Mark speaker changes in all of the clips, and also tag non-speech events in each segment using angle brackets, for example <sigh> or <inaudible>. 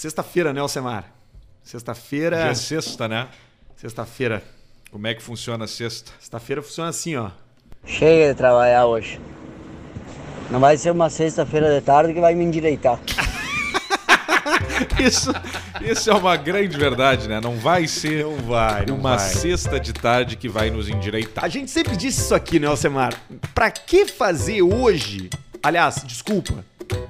Speaker 1: Sexta-feira, né, Alcemar? Sexta-feira.
Speaker 2: Já é sexta, né?
Speaker 1: Sexta-feira.
Speaker 2: Como é que funciona a sexta?
Speaker 1: Sexta-feira funciona assim, ó.
Speaker 3: Chega de trabalhar hoje. Não vai ser uma sexta-feira de tarde que vai me endireitar.
Speaker 2: <laughs> Isso, isso é uma grande verdade, né? Não vai ser
Speaker 1: Não vai, não
Speaker 2: uma
Speaker 1: vai.
Speaker 2: sexta de tarde que vai nos endireitar.
Speaker 1: A gente sempre disse isso aqui, né, Alcemar? Pra que fazer hoje? Aliás, desculpa.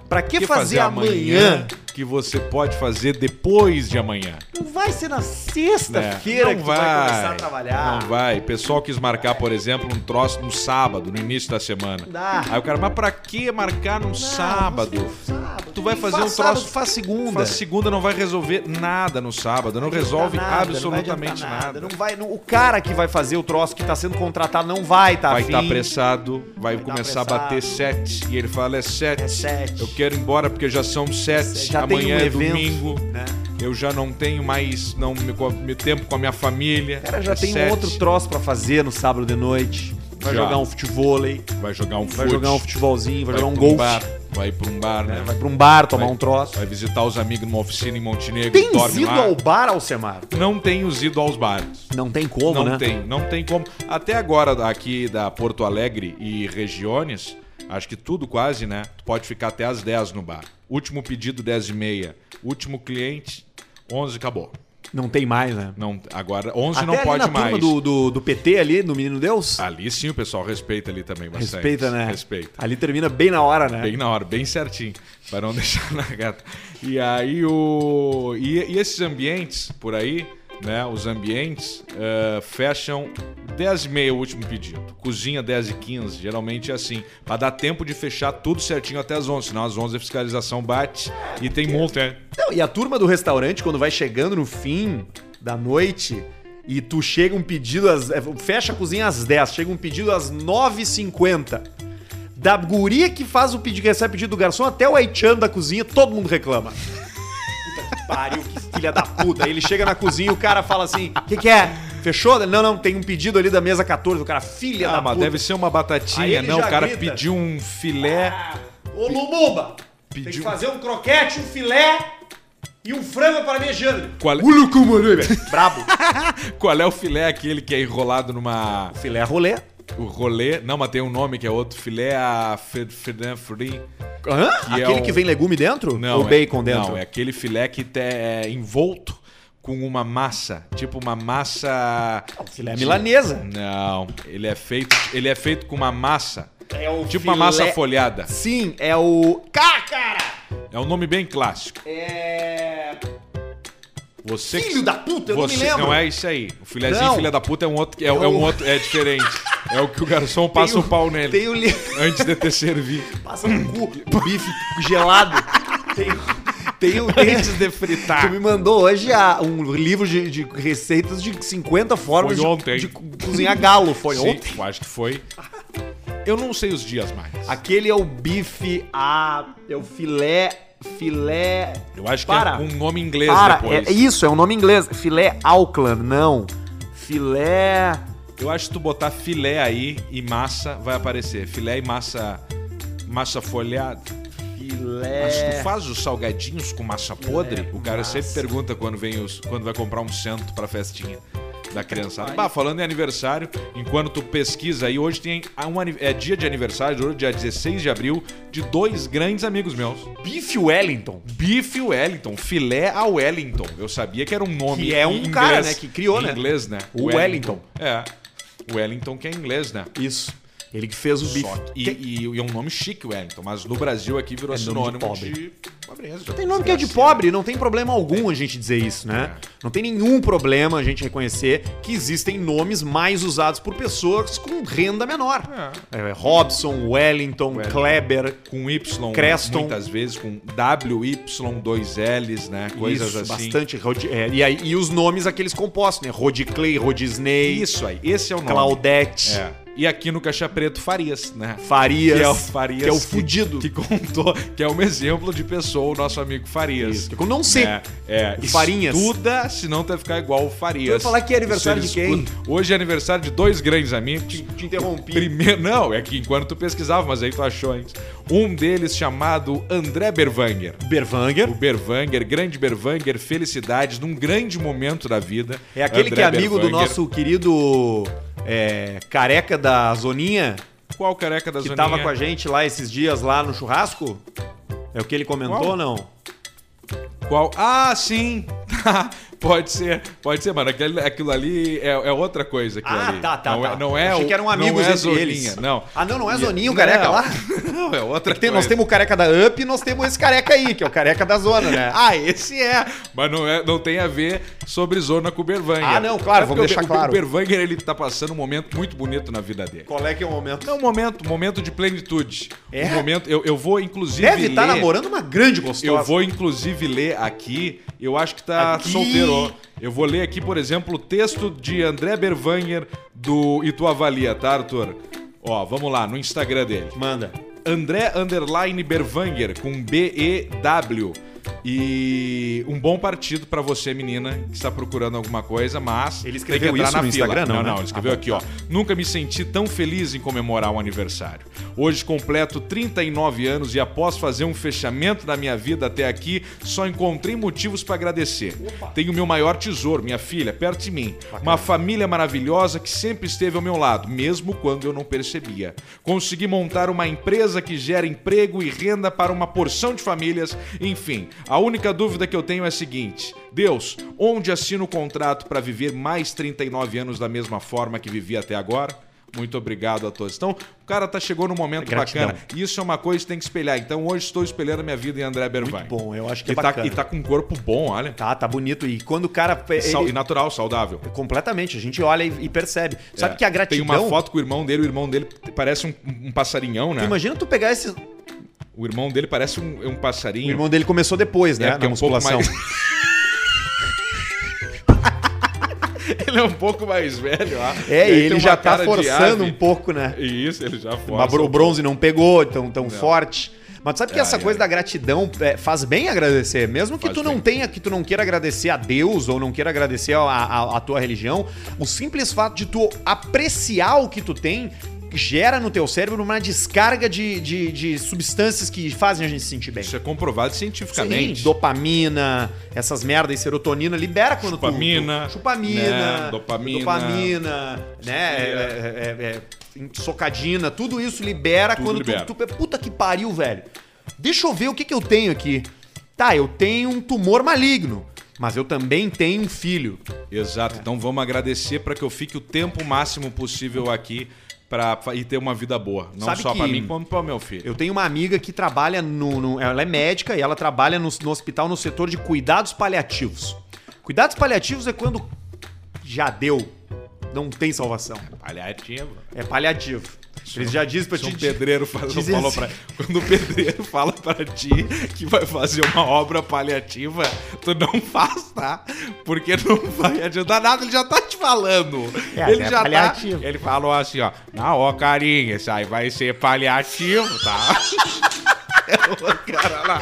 Speaker 1: Pra que, fazer, amanhã?
Speaker 2: que você pode fazer depois de amanhã?
Speaker 1: Não vai ser na
Speaker 2: né?
Speaker 1: sexta-feira que tu vai começar a trabalhar.
Speaker 2: Não vai. Pessoal quis marcar, por exemplo, um troço no sábado, no início da semana.
Speaker 1: Dá.
Speaker 2: Aí o cara, mas pra que marcar num sábado? Tu vai fazer um
Speaker 1: Ah, sábado,
Speaker 2: troço.
Speaker 1: faz segunda.
Speaker 2: Faz segunda, não vai resolver nada no sábado. Não resolve
Speaker 1: Não vai adiantar
Speaker 2: absolutamente
Speaker 1: não vai
Speaker 2: nada.
Speaker 1: adiantar Não vai, não- o cara que vai fazer o troço que tá sendo contratado não vai tá
Speaker 2: vai
Speaker 1: afim.
Speaker 2: estar apressado, vai,
Speaker 1: Vai tá
Speaker 2: começar a
Speaker 1: apressado.
Speaker 2: bater sete. E ele fala: é sete.
Speaker 1: É sete.
Speaker 2: Eu quero ir embora porque já são sete.
Speaker 1: Já tem
Speaker 2: Amanhã
Speaker 1: um
Speaker 2: é
Speaker 1: evento,
Speaker 2: domingo.
Speaker 1: né?
Speaker 2: Eu já não tenho mais não, me, co- me tempo com a minha família.
Speaker 1: O cara já
Speaker 2: É
Speaker 1: tem um
Speaker 2: sete.
Speaker 1: outro troço pra fazer no sábado de noite. Vai
Speaker 2: Já.
Speaker 1: jogar um futevôlei,
Speaker 2: Vai jogar um
Speaker 1: vai
Speaker 2: fute,
Speaker 1: jogar um futebolzinho, vai,
Speaker 2: vai
Speaker 1: jogar um
Speaker 2: pra um
Speaker 1: golfe,
Speaker 2: bar, Vai pra um bar, né?
Speaker 1: né? vai pra um bar tomar
Speaker 2: Vai-
Speaker 1: um troço.
Speaker 2: Vai visitar os amigos numa oficina em Montenegro.
Speaker 1: Tem
Speaker 2: dorme
Speaker 1: ido
Speaker 2: lá.
Speaker 1: ao bar, Alcemar?
Speaker 2: Não tenho ido aos bares.
Speaker 1: Não tem como,
Speaker 2: não
Speaker 1: né?
Speaker 2: tem, não tem como. Até agora, aqui da Porto Alegre e regiões, acho que tudo quase, né? Tu pode ficar até às 10 no bar. Último pedido, 10 e meia. Último cliente, 11, acabou.
Speaker 1: Não tem mais, né?
Speaker 2: Não, agora, 11
Speaker 1: Até
Speaker 2: não
Speaker 1: ali
Speaker 2: pode
Speaker 1: na turma
Speaker 2: mais.
Speaker 1: do, do, do PT ali, no Menino Deus,
Speaker 2: Ali sim o pessoal respeita ali também bastante.
Speaker 1: respeita, né?
Speaker 2: tá Respeita.
Speaker 1: Ali termina bem na hora, né?
Speaker 2: Bem na hora, bem certinho, para não <laughs> deixar na gata. E aí o. E, e esses ambientes por aí, né? Os ambientes eh, fecham 10 e meia o último pedido. Cozinha 10 e 15, geralmente é assim. Pra dar tempo de fechar tudo certinho até as 11, senão às 11 a fiscalização bate e tem multa, né?
Speaker 1: Não, e a turma do restaurante, quando vai chegando no fim da noite e tu chega um pedido, às, é, fecha a cozinha às 10, chega um pedido às 9h50. Da guria que faz o pedido, que recebe o pedido do garçom até o Aichan da cozinha, todo mundo reclama. Puta que pariu, que filha da puta. Aí ele chega na cozinha e o cara fala assim: o que, que é? Fechou? Não, não, tem um pedido ali da mesa 14. O cara, filha
Speaker 2: Ah,
Speaker 1: da
Speaker 2: mas
Speaker 1: puta.
Speaker 2: deve ser uma
Speaker 1: Aí
Speaker 2: batatinha,
Speaker 1: ele
Speaker 2: não. O
Speaker 1: já
Speaker 2: cara
Speaker 1: grita. Ah.
Speaker 2: pediu um filé.
Speaker 1: Ô Lumumba, tem que
Speaker 2: Pediu-
Speaker 1: fazer um croquete, um filé e um frango parmegiana.
Speaker 2: Qual,
Speaker 1: Brabo.
Speaker 2: qual é o filé aquele que é enrolado numa.
Speaker 1: Filé rolê.
Speaker 2: O rolê. Não, mas tem um nome que é outro. Filé a Fred, Fred, Free.
Speaker 1: Hã?
Speaker 2: Que é
Speaker 1: aquele
Speaker 2: o-
Speaker 1: que vem legume dentro?
Speaker 2: Não.
Speaker 1: Ou bacon
Speaker 2: é,
Speaker 1: dentro?
Speaker 2: Não, é aquele filé que te- é envolto com uma massa. Tipo uma massa.
Speaker 1: Filé milanesa.
Speaker 2: Não. Ele é feito, ele é feito com uma massa.
Speaker 1: É o
Speaker 2: Tipo uma massa folhada.
Speaker 1: Sim, é o... Cá, cara!
Speaker 2: É um nome bem clássico.
Speaker 1: É...
Speaker 2: Você
Speaker 1: Filho da puta, eu não me
Speaker 2: você,
Speaker 1: lembro.
Speaker 2: Não é isso aí. O filézinho
Speaker 1: Não.
Speaker 2: filha da puta é um outro. É, é
Speaker 1: É o-
Speaker 2: um outro. É diferente. É o que o garçom passa
Speaker 1: Tem um-
Speaker 2: o pau nele.
Speaker 1: Tem o... li- <laughs>
Speaker 2: Antes de ter servido.
Speaker 1: Passa no cu. Bife gelado. Tem o... Tem
Speaker 2: <laughs>
Speaker 1: o... Tem...
Speaker 2: Antes de fritar.
Speaker 1: Tu me mandou hoje a- um livro de, de receitas de 50 formas
Speaker 2: Foi
Speaker 1: de-
Speaker 2: ontem.
Speaker 1: de, co- cozinhar galo. Foi
Speaker 2: Sim,
Speaker 1: ontem?
Speaker 2: eu acho que foi. Eu não sei os dias mais.
Speaker 1: Aquele é o bife, a... É o filé... Filé...
Speaker 2: Eu acho
Speaker 1: Para.
Speaker 2: que é um nome inglês
Speaker 1: Para,
Speaker 2: depois.
Speaker 1: é, é isso, é um nome inglês. Filé Auckland, não. Filé.
Speaker 2: Eu acho que tu botar filé aí e massa vai aparecer. Filé e massa massa folhada. Mas tu
Speaker 1: Filé.
Speaker 2: faz os salgadinhos com massa podre? o cara sempre pergunta quando vem os, quando vai comprar um cento pra festinha da criançada. Bah, falando em aniversário, enquanto tu pesquisa aí, hoje tem a- um, ani- é dia de aniversário, hoje é dia 16 de abril, de dois grandes amigos meus.
Speaker 1: Bife Wellington.
Speaker 2: Bife Wellington, filé a Wellington. Eu sabia que era um nome.
Speaker 1: Que é um
Speaker 2: inglês.
Speaker 1: cara, né, que criou, né?
Speaker 2: Inglês, né?
Speaker 1: O Wellington.
Speaker 2: É. O Wellington que é inglês, né?
Speaker 1: Isso. Ele que fez o bife.
Speaker 2: Só que- e, e- e é um nome chique, Wellington, mas no Brasil aqui virou
Speaker 1: É nome de
Speaker 2: sinônimo
Speaker 1: pobre.
Speaker 2: de pobreza.
Speaker 1: Tem nome que é de pobre, não tem problema algum a gente dizer isso, né?
Speaker 2: É.
Speaker 1: Não tem nenhum problema a gente reconhecer que existem nomes mais usados por pessoas com renda menor. É, Robson, Wellington,
Speaker 2: Wellington.
Speaker 1: Kleber.
Speaker 2: Com Y,
Speaker 1: Creston.
Speaker 2: muitas vezes, com WY, dois L's, né? Coisas
Speaker 1: isso,
Speaker 2: assim.
Speaker 1: bastante. Rod- é, e, aí- e os nomes aqueles compostos, né? Rodicley, Rodisney,
Speaker 2: Isso aí, esse é o nome.
Speaker 1: Claudete.
Speaker 2: É. E aqui no Caixa Preto, Farias, né?
Speaker 1: Farias,
Speaker 2: Que é o Farias.
Speaker 1: que é o fudido.
Speaker 2: Que, contou, que é um <laughs> exemplo de pessoa, o nosso amigo Farias.
Speaker 1: Isso, que eu não sei.
Speaker 2: É, é,
Speaker 1: O Farinhas.
Speaker 2: Estuda, senão tu vai ficar igual o
Speaker 1: Tu
Speaker 2: Farias.
Speaker 1: ia falar que é aniversário
Speaker 2: Isso
Speaker 1: de
Speaker 2: ele
Speaker 1: quem?
Speaker 2: escuta. Hoje é aniversário de dois grandes amigos.
Speaker 1: Te interrompi.
Speaker 2: Primeiro, não, é que enquanto tu pesquisava, mas aí tu achou antes. Um deles chamado André Berwanger.
Speaker 1: Berwanger.
Speaker 2: O Berwanger, grande Berwanger, felicidades num grande momento da vida.
Speaker 1: É aquele
Speaker 2: André
Speaker 1: que é amigo do
Speaker 2: Berwanger.
Speaker 1: nosso querido é, careca da Zoninha,
Speaker 2: Qual careca da
Speaker 1: que
Speaker 2: Zoninha?
Speaker 1: tava com a gente lá esses dias lá no churrasco? É o que ele comentou
Speaker 2: Qual?
Speaker 1: ou não?
Speaker 2: Qual? Ah, sim! <laughs> pode ser, pode ser, mano. Aquilo, aquilo ali é, é outra coisa. Aquilo
Speaker 1: Ah,
Speaker 2: ali.
Speaker 1: tá, tá,
Speaker 2: Não
Speaker 1: tá.
Speaker 2: é, não é
Speaker 1: Achei
Speaker 2: o-
Speaker 1: que eram amigos
Speaker 2: não é
Speaker 1: entre
Speaker 2: Zoninha,
Speaker 1: eles.
Speaker 2: Não.
Speaker 1: Ah, não, não é
Speaker 2: E-
Speaker 1: Zoninho, o careca
Speaker 2: não.
Speaker 1: lá?
Speaker 2: <laughs> Não, é outra
Speaker 1: Tem- nós
Speaker 2: coisa.
Speaker 1: temos o careca da Up e nós temos esse careca aí, que é o careca da zona, né?
Speaker 2: Ah, esse é. Mas não, é, não tem a ver sobre zona com o Berwanger.
Speaker 1: Ah, não, claro,
Speaker 2: É
Speaker 1: vamos
Speaker 2: porque
Speaker 1: deixar
Speaker 2: o,
Speaker 1: claro.
Speaker 2: O Berwanger, ele tá passando um momento muito bonito na vida dele.
Speaker 1: Qual é que é o momento?
Speaker 2: É um momento, momento de plenitude.
Speaker 1: É?
Speaker 2: Um momento, eu, eu vou inclusive
Speaker 1: Deve estar
Speaker 2: ler-
Speaker 1: namorando uma grande gostosa.
Speaker 2: Eu vou inclusive ler aqui, eu acho que tá
Speaker 1: Aqui.
Speaker 2: solteiro. ó. Eu vou ler aqui, por exemplo, o texto de André Berwanger do Ituavalia, tá, Arthur? Ó, vamos lá, no Instagram dele.
Speaker 1: Manda.
Speaker 2: André Underline Berwanger, com B-E-W. E um bom partido pra você, menina, que está procurando alguma coisa, mas.
Speaker 1: Ele
Speaker 2: tem
Speaker 1: escreveu
Speaker 2: que entrar
Speaker 1: isso
Speaker 2: na
Speaker 1: no
Speaker 2: fila.
Speaker 1: Instagram, não,
Speaker 2: Não,
Speaker 1: né?
Speaker 2: não, ele escreveu aqui, ó. Nunca me senti tão feliz em comemorar um aniversário. Hoje completo 39 anos e após fazer um fechamento da minha vida até aqui, só encontrei motivos pra agradecer. Tenho meu maior tesouro, minha filha, perto de mim. Uma família maravilhosa que sempre esteve ao meu lado, mesmo quando eu não percebia. Consegui montar uma empresa que gera emprego e renda para uma porção de famílias. Enfim, a única dúvida que eu tenho é a seguinte: Deus, onde assino o contrato para viver mais 39 anos da mesma forma que vivi até agora? Muito obrigado a todos. Então, o cara tá chegou num momento
Speaker 1: Gratidão.
Speaker 2: bacana. Isso é uma coisa que tem que espelhar. Então, hoje estou espelhando a minha vida em André Bervain.
Speaker 1: Bom, eu acho que
Speaker 2: E
Speaker 1: é
Speaker 2: tá,
Speaker 1: bacana.
Speaker 2: e tá com um corpo bom, olha.
Speaker 1: Tá, tá bonito. E quando o cara.
Speaker 2: E sal-
Speaker 1: ele-
Speaker 2: e natural, saudável.
Speaker 1: Completamente. A gente olha e e percebe. Sabe
Speaker 2: É.
Speaker 1: que a gratidão.
Speaker 2: Tem uma foto com o irmão dele, o irmão dele parece um, um passarinhão, né?
Speaker 1: Tu Imagina tu pegar esse.
Speaker 2: O irmão dele parece um, um passarinho.
Speaker 1: O irmão dele começou depois, né?
Speaker 2: É, porque é um pouco <laughs> Ele é um pouco mais velho, ó. E <laughs> aí
Speaker 1: É, e
Speaker 2: tem
Speaker 1: ele
Speaker 2: uma
Speaker 1: já tá
Speaker 2: cara de
Speaker 1: forçando
Speaker 2: ave.
Speaker 1: um pouco, né?
Speaker 2: Isso, ele já força.
Speaker 1: Mas o bronze não pegou tão, tão forte. Mas sabe que
Speaker 2: É,
Speaker 1: essa
Speaker 2: é.
Speaker 1: coisa da gratidão é, faz bem agradecer, mesmo que
Speaker 2: Faz
Speaker 1: tu não
Speaker 2: bem.
Speaker 1: tenha, que tu não queira agradecer a Deus ou não queira agradecer a, a- a tua religião, o simples fato de tu apreciar o que tu tem gera no teu cérebro uma descarga de, de, de substâncias que fazem a gente se sentir bem.
Speaker 2: Isso é comprovado cientificamente.
Speaker 1: Sim, dopamina, essas merdas e serotonina libera quando
Speaker 2: Chupamina,
Speaker 1: tu, tu chupamina,
Speaker 2: né, dopamina.
Speaker 1: dopamina, né, é, é, é, é, socadina, tudo isso libera
Speaker 2: Tudo
Speaker 1: quando
Speaker 2: libera.
Speaker 1: Tu, tu puta que pariu, velho. Deixa eu ver o que que eu tenho aqui. Tá, eu tenho um tumor maligno, mas eu também tenho um filho.
Speaker 2: Exato. Então vamos agradecer para que eu fique o tempo máximo possível aqui para e ter uma vida boa, não
Speaker 1: Sabe
Speaker 2: só
Speaker 1: que-
Speaker 2: para mim, como para meu filho.
Speaker 1: Eu tenho uma amiga que trabalha no. no- ela é médica e ela trabalha no, no hospital no setor de cuidados paliativos. Cuidados paliativos é quando já deu, não tem salvação.
Speaker 2: Paliativo.
Speaker 1: É paliativo. Eles já dizem pra
Speaker 2: Se
Speaker 1: ti.
Speaker 2: um pedreiro fala,
Speaker 1: dizem
Speaker 2: falou
Speaker 1: assim.
Speaker 2: pra, quando o pedreiro <laughs> fala pra ti que vai fazer uma obra paliativa, tu não <laughs> faz, tá? Porque não vai adiantar nada, ele já tá te falando.
Speaker 1: É,
Speaker 2: ele
Speaker 1: é
Speaker 2: já
Speaker 1: paliativo.
Speaker 2: tá. Ele falou assim, ó. Não, ó, carinha, isso aí vai ser paliativo, tá? <laughs> É o cara lá.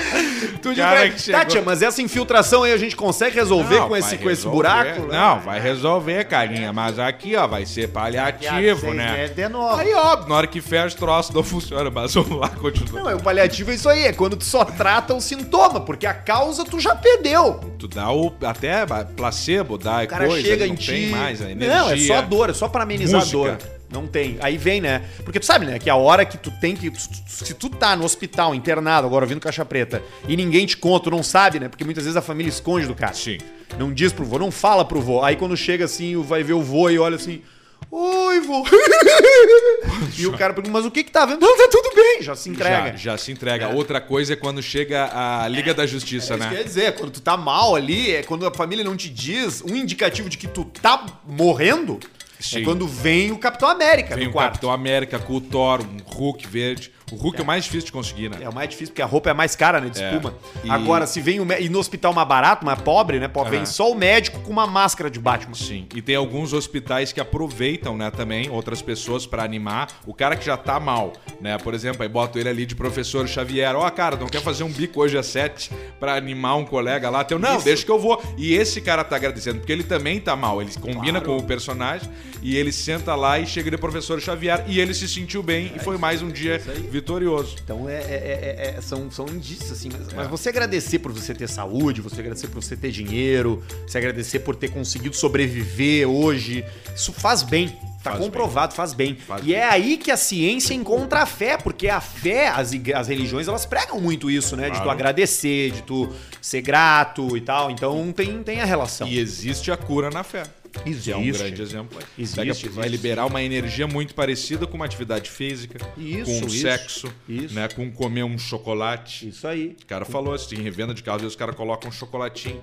Speaker 1: Tu diz
Speaker 2: cara
Speaker 1: pra ele,
Speaker 2: que chegou-
Speaker 1: Tátia, Tá, mas essa infiltração aí a gente consegue resolver
Speaker 2: Não,
Speaker 1: com, esse,
Speaker 2: vai
Speaker 1: com esse
Speaker 2: resolver.
Speaker 1: buraco? né?
Speaker 2: Não, vai resolver, carinha. Mas aqui, ó, vai ser paliativo, né?
Speaker 1: é De novo.
Speaker 2: Aí, óbvio, na hora que fecha o troço não <laughs> funciona, mas vamos lá,
Speaker 1: Não,
Speaker 2: continua.
Speaker 1: é o paliativo é isso aí, é quando tu só trata o sintoma, porque a causa tu já perdeu.
Speaker 2: Tu dá o. Até placebo, dá
Speaker 1: é- O cara
Speaker 2: coisa,
Speaker 1: chega
Speaker 2: não
Speaker 1: em ti.
Speaker 2: tem mais a energia.
Speaker 1: não, é só dor, é só pra amenizar
Speaker 2: Música.
Speaker 1: a dor. Não tem. Aí vem, né? Porque tu sabe, né? Que a hora que tu tem que. Se tu tá no hospital, internado, agora vindo caixa preta, e ninguém te conta, tu não sabe, né? Porque muitas vezes a família esconde do cara.
Speaker 2: Sim.
Speaker 1: Não diz pro vô, não fala pro vô. Aí quando chega assim, o- vai ver o vô e olha assim. Oi, vô. <laughs> e o cara pergunta, mas o que que tá vendo? Não, tá tudo bem. Já se entrega.
Speaker 2: Já, já se entrega. Outra coisa é quando chega a Liga da Justiça,
Speaker 1: É isso que eu ia
Speaker 2: né?
Speaker 1: dizer, quando tu tá mal ali, é quando a família não te diz um indicativo de que tu tá morrendo,
Speaker 2: Sim.
Speaker 1: é quando vem o Capitão América
Speaker 2: Vem
Speaker 1: no
Speaker 2: o
Speaker 1: quarto.
Speaker 2: Capitão América com o Thor, um Hulk verde, O Hulk é. o mais difícil de conseguir, né?
Speaker 1: É o mais difícil, porque a roupa é mais cara, né? De
Speaker 2: É.
Speaker 1: espuma.
Speaker 2: E-
Speaker 1: Agora, se vem o mé- e no hospital mais barato, mais pobre, né? Pô, Vem
Speaker 2: Aham.
Speaker 1: só o médico com uma máscara de Batman.
Speaker 2: Sim. E tem alguns hospitais que aproveitam, né, também outras pessoas pra animar o cara que já tá mal, né? Por exemplo, aí bota ele ali de professor Xavier, ó, cara, não quer fazer um bico hoje às sete pra animar um colega lá? Teu, não, deixa que eu vou. E esse cara tá agradecendo porque ele também tá mal, ele combina com o personagem e ele senta lá e chega de professor Xavier e ele se sentiu bem e foi mais um dia vitorioso.
Speaker 1: Então é, é- é- é- são, são indícios, assim. Mas,
Speaker 2: É.
Speaker 1: mas você agradecer por você ter saúde, você agradecer por você ter dinheiro, você agradecer por ter conseguido sobreviver hoje, isso faz bem. Tá
Speaker 2: Faz
Speaker 1: comprovado, faz bem.
Speaker 2: Faz
Speaker 1: e
Speaker 2: bem.
Speaker 1: é aí que a ciência encontra a fé, porque a fé, as, ig- as religiões, elas pregam muito isso, né? De tu
Speaker 2: Claro.
Speaker 1: agradecer, de tu ser grato e tal. Então tem, tem a relação.
Speaker 2: E existe a cura na fé. Que é um
Speaker 1: Existe.
Speaker 2: grande exemplo. aí.
Speaker 1: Existe,
Speaker 2: Daqui a-
Speaker 1: existe.
Speaker 2: Vai liberar uma energia muito parecida com uma atividade física,
Speaker 1: Isso,
Speaker 2: com o
Speaker 1: isso,
Speaker 2: sexo,
Speaker 1: isso.
Speaker 2: né? Com comer um chocolate.
Speaker 1: Isso aí.
Speaker 2: O cara falou assim, em revenda de carro, às vezes os caras colocam um chocolatinho.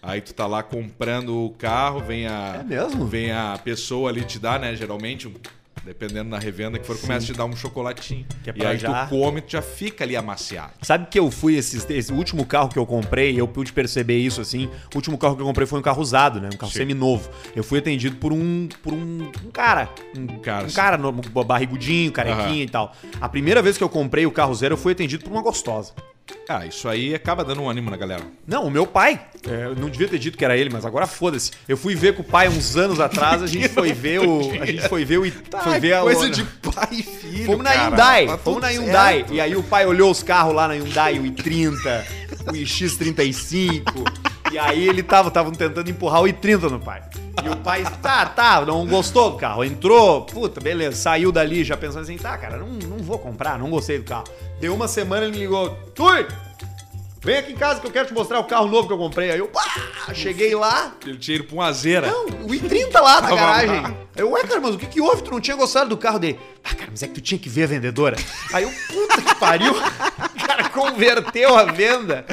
Speaker 2: Aí tu tá lá comprando o carro, vem a.
Speaker 1: É mesmo?
Speaker 2: Vem a pessoa ali te dar, né? Geralmente, um- dependendo da revenda que for, começa a te dar um chocolatinho.
Speaker 1: Que é
Speaker 2: e
Speaker 1: pra
Speaker 2: aí
Speaker 1: já-
Speaker 2: tu come, tu já fica ali amaciado.
Speaker 1: Sabe que eu fui esses, esse último carro que eu comprei, eu pude perceber isso assim. O último carro que eu comprei foi um carro usado, né? Um carro
Speaker 2: Sim.
Speaker 1: seminovo. Eu fui atendido por um por um, um cara, um,
Speaker 2: cara,
Speaker 1: um
Speaker 2: sim.
Speaker 1: cara no, barrigudinho, carequinha
Speaker 2: Aham.
Speaker 1: e tal. A primeira vez que eu comprei o carro zero, eu fui atendido por uma gostosa.
Speaker 2: Ah, isso aí acaba dando um ânimo na galera.
Speaker 1: Não, o meu pai. é, eu não devia ter dito que era ele, mas agora foda-se. Eu fui ver com o pai uns anos atrás, a gente foi ver o a gente foi ver o foi ver a
Speaker 2: coisa de pai e filho.
Speaker 1: Fomos na
Speaker 2: cara.
Speaker 1: Hyundai,
Speaker 2: Tá
Speaker 1: fomos
Speaker 2: tudo
Speaker 1: na
Speaker 2: certo.
Speaker 1: Hyundai. E aí o pai olhou os carros lá na Hyundai, o i30, o iX35. e aí ele tava, estavam tentando empurrar o i30 no pai. E o pai, tá, tá, não gostou do carro. Entrou, puta, beleza, saiu dali já pensando assim, tá, cara, não, não vou comprar, não gostei do carro. Deu uma semana, ele me ligou, Tui, vem aqui em casa que eu quero te mostrar o carro novo que eu comprei. Aí eu, pá, cheguei lá,
Speaker 2: Ele tinha ido pra uma azeira.
Speaker 1: não, o i30 lá da
Speaker 2: Tava
Speaker 1: garagem.
Speaker 2: lá.
Speaker 1: Aí eu, ué, cara, mas o que que houve? Tu não tinha gostado do carro dele. Ah, cara, mas é que tu tinha que ver a vendedora. Aí eu, puta que pariu. <laughs> O cara converteu a venda.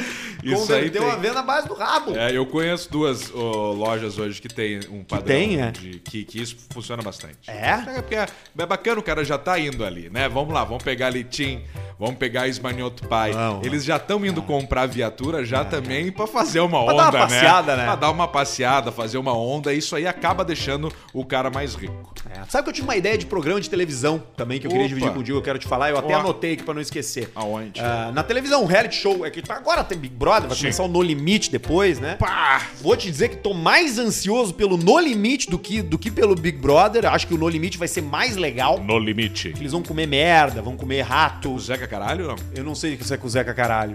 Speaker 2: Isso aí
Speaker 1: converteu
Speaker 2: tem.
Speaker 1: a venda à base do rabo.
Speaker 2: É, eu conheço duas ó, lojas hoje que tem um padrão
Speaker 1: tem, é?
Speaker 2: de que, que isso funciona bastante.
Speaker 1: É?
Speaker 2: porque é, é bacana, o cara já tá indo ali, né? Vamos lá, vamos pegar Litim, vamos pegar Esmanioto Pai.
Speaker 1: Vamos. É.
Speaker 2: Eles já estão indo comprar viatura já também pra fazer uma
Speaker 1: Pra
Speaker 2: onda,
Speaker 1: dar uma passeada, né?
Speaker 2: Pra dar uma passeada, fazer uma onda, isso aí acaba deixando o cara mais rico.
Speaker 1: É. Sabe que eu tive uma ideia de programa de televisão também que eu queria
Speaker 2: Opa.
Speaker 1: dividir contigo, eu quero te falar, eu até
Speaker 2: Ó.
Speaker 1: anotei aqui pra não esquecer.
Speaker 2: Aonde?
Speaker 1: Ah, na televisão, um reality show. É que tá- agora tem Big Brother, vai
Speaker 2: Sim.
Speaker 1: começar o No Limite depois, né?
Speaker 2: Pá!
Speaker 1: Vou te dizer que tô mais ansioso pelo No Limite do que, do que pelo Big Brother. Acho que o No Limite vai ser mais legal.
Speaker 2: No limite.
Speaker 1: Eles vão comer merda, vão comer rato.
Speaker 2: O Zeca Caralho, não.
Speaker 1: Eu não sei se é com o Zeca Caralho.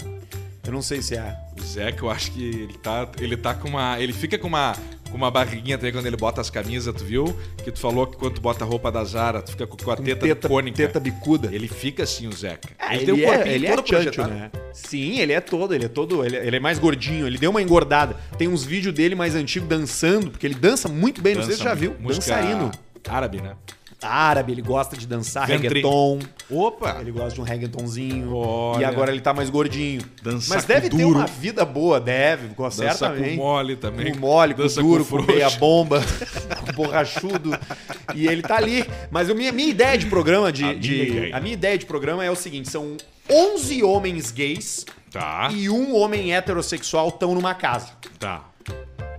Speaker 1: Eu não sei se é.
Speaker 2: O Zeca, eu acho que ele tá, ele tá com uma. Ele fica com uma, com uma barriguinha também quando ele bota as camisas, tu viu? Que tu falou que quando tu bota a roupa da Zara, tu fica com, com a teta, cônica.
Speaker 1: teta bicuda.
Speaker 2: Ele fica assim, o Zeca.
Speaker 1: É,
Speaker 2: tem o corpinho
Speaker 1: ele é
Speaker 2: todo
Speaker 1: tchancho,
Speaker 2: projetado.
Speaker 1: né? Sim, ele é todo, ele é todo, ele, ele é mais gordinho, ele deu uma engordada. Tem uns vídeos dele mais antigos dançando, porque ele dança muito bem, não sei se você já
Speaker 2: Dança
Speaker 1: viu,
Speaker 2: música
Speaker 1: dançarino.
Speaker 2: Árabe, né?
Speaker 1: Árabe, ele gosta de dançar
Speaker 2: Ventre.
Speaker 1: reggaeton,
Speaker 2: Opa!
Speaker 1: ele gosta de um reggaetonzinho,
Speaker 2: Olha.
Speaker 1: e agora ele tá mais gordinho.
Speaker 2: Dança
Speaker 1: Mas
Speaker 2: com
Speaker 1: deve ter
Speaker 2: duro.
Speaker 1: uma vida boa, deve, com-
Speaker 2: Dança
Speaker 1: certamente.
Speaker 2: com mole também.
Speaker 1: Com mole, com
Speaker 2: Dança
Speaker 1: duro, com,
Speaker 2: frouxo.
Speaker 1: meia bomba, <laughs> com borrachudo. e ele tá ali. Mas a minha, minha ideia de programa de.
Speaker 2: A
Speaker 1: de-
Speaker 2: minha ideia.
Speaker 1: a minha ideia de programa é o seguinte: são 11 homens gays
Speaker 2: Tá,
Speaker 1: e um homem heterossexual estão numa casa.
Speaker 2: tá.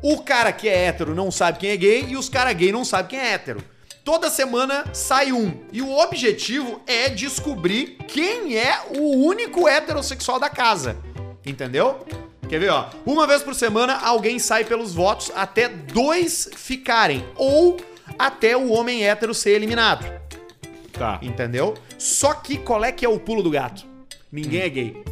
Speaker 1: O cara que é hétero não sabe quem é gay e os cara gay não sabem quem é hétero. Toda semana sai um. E o objetivo é descobrir quem é o único heterossexual da casa. Entendeu? Quer ver, ó? Uma vez por semana alguém sai pelos votos até dois ficarem. Ou até o homem hétero ser eliminado.
Speaker 2: Tá.
Speaker 1: Entendeu? Só que qual é que é o pulo do gato? Ninguém é gay.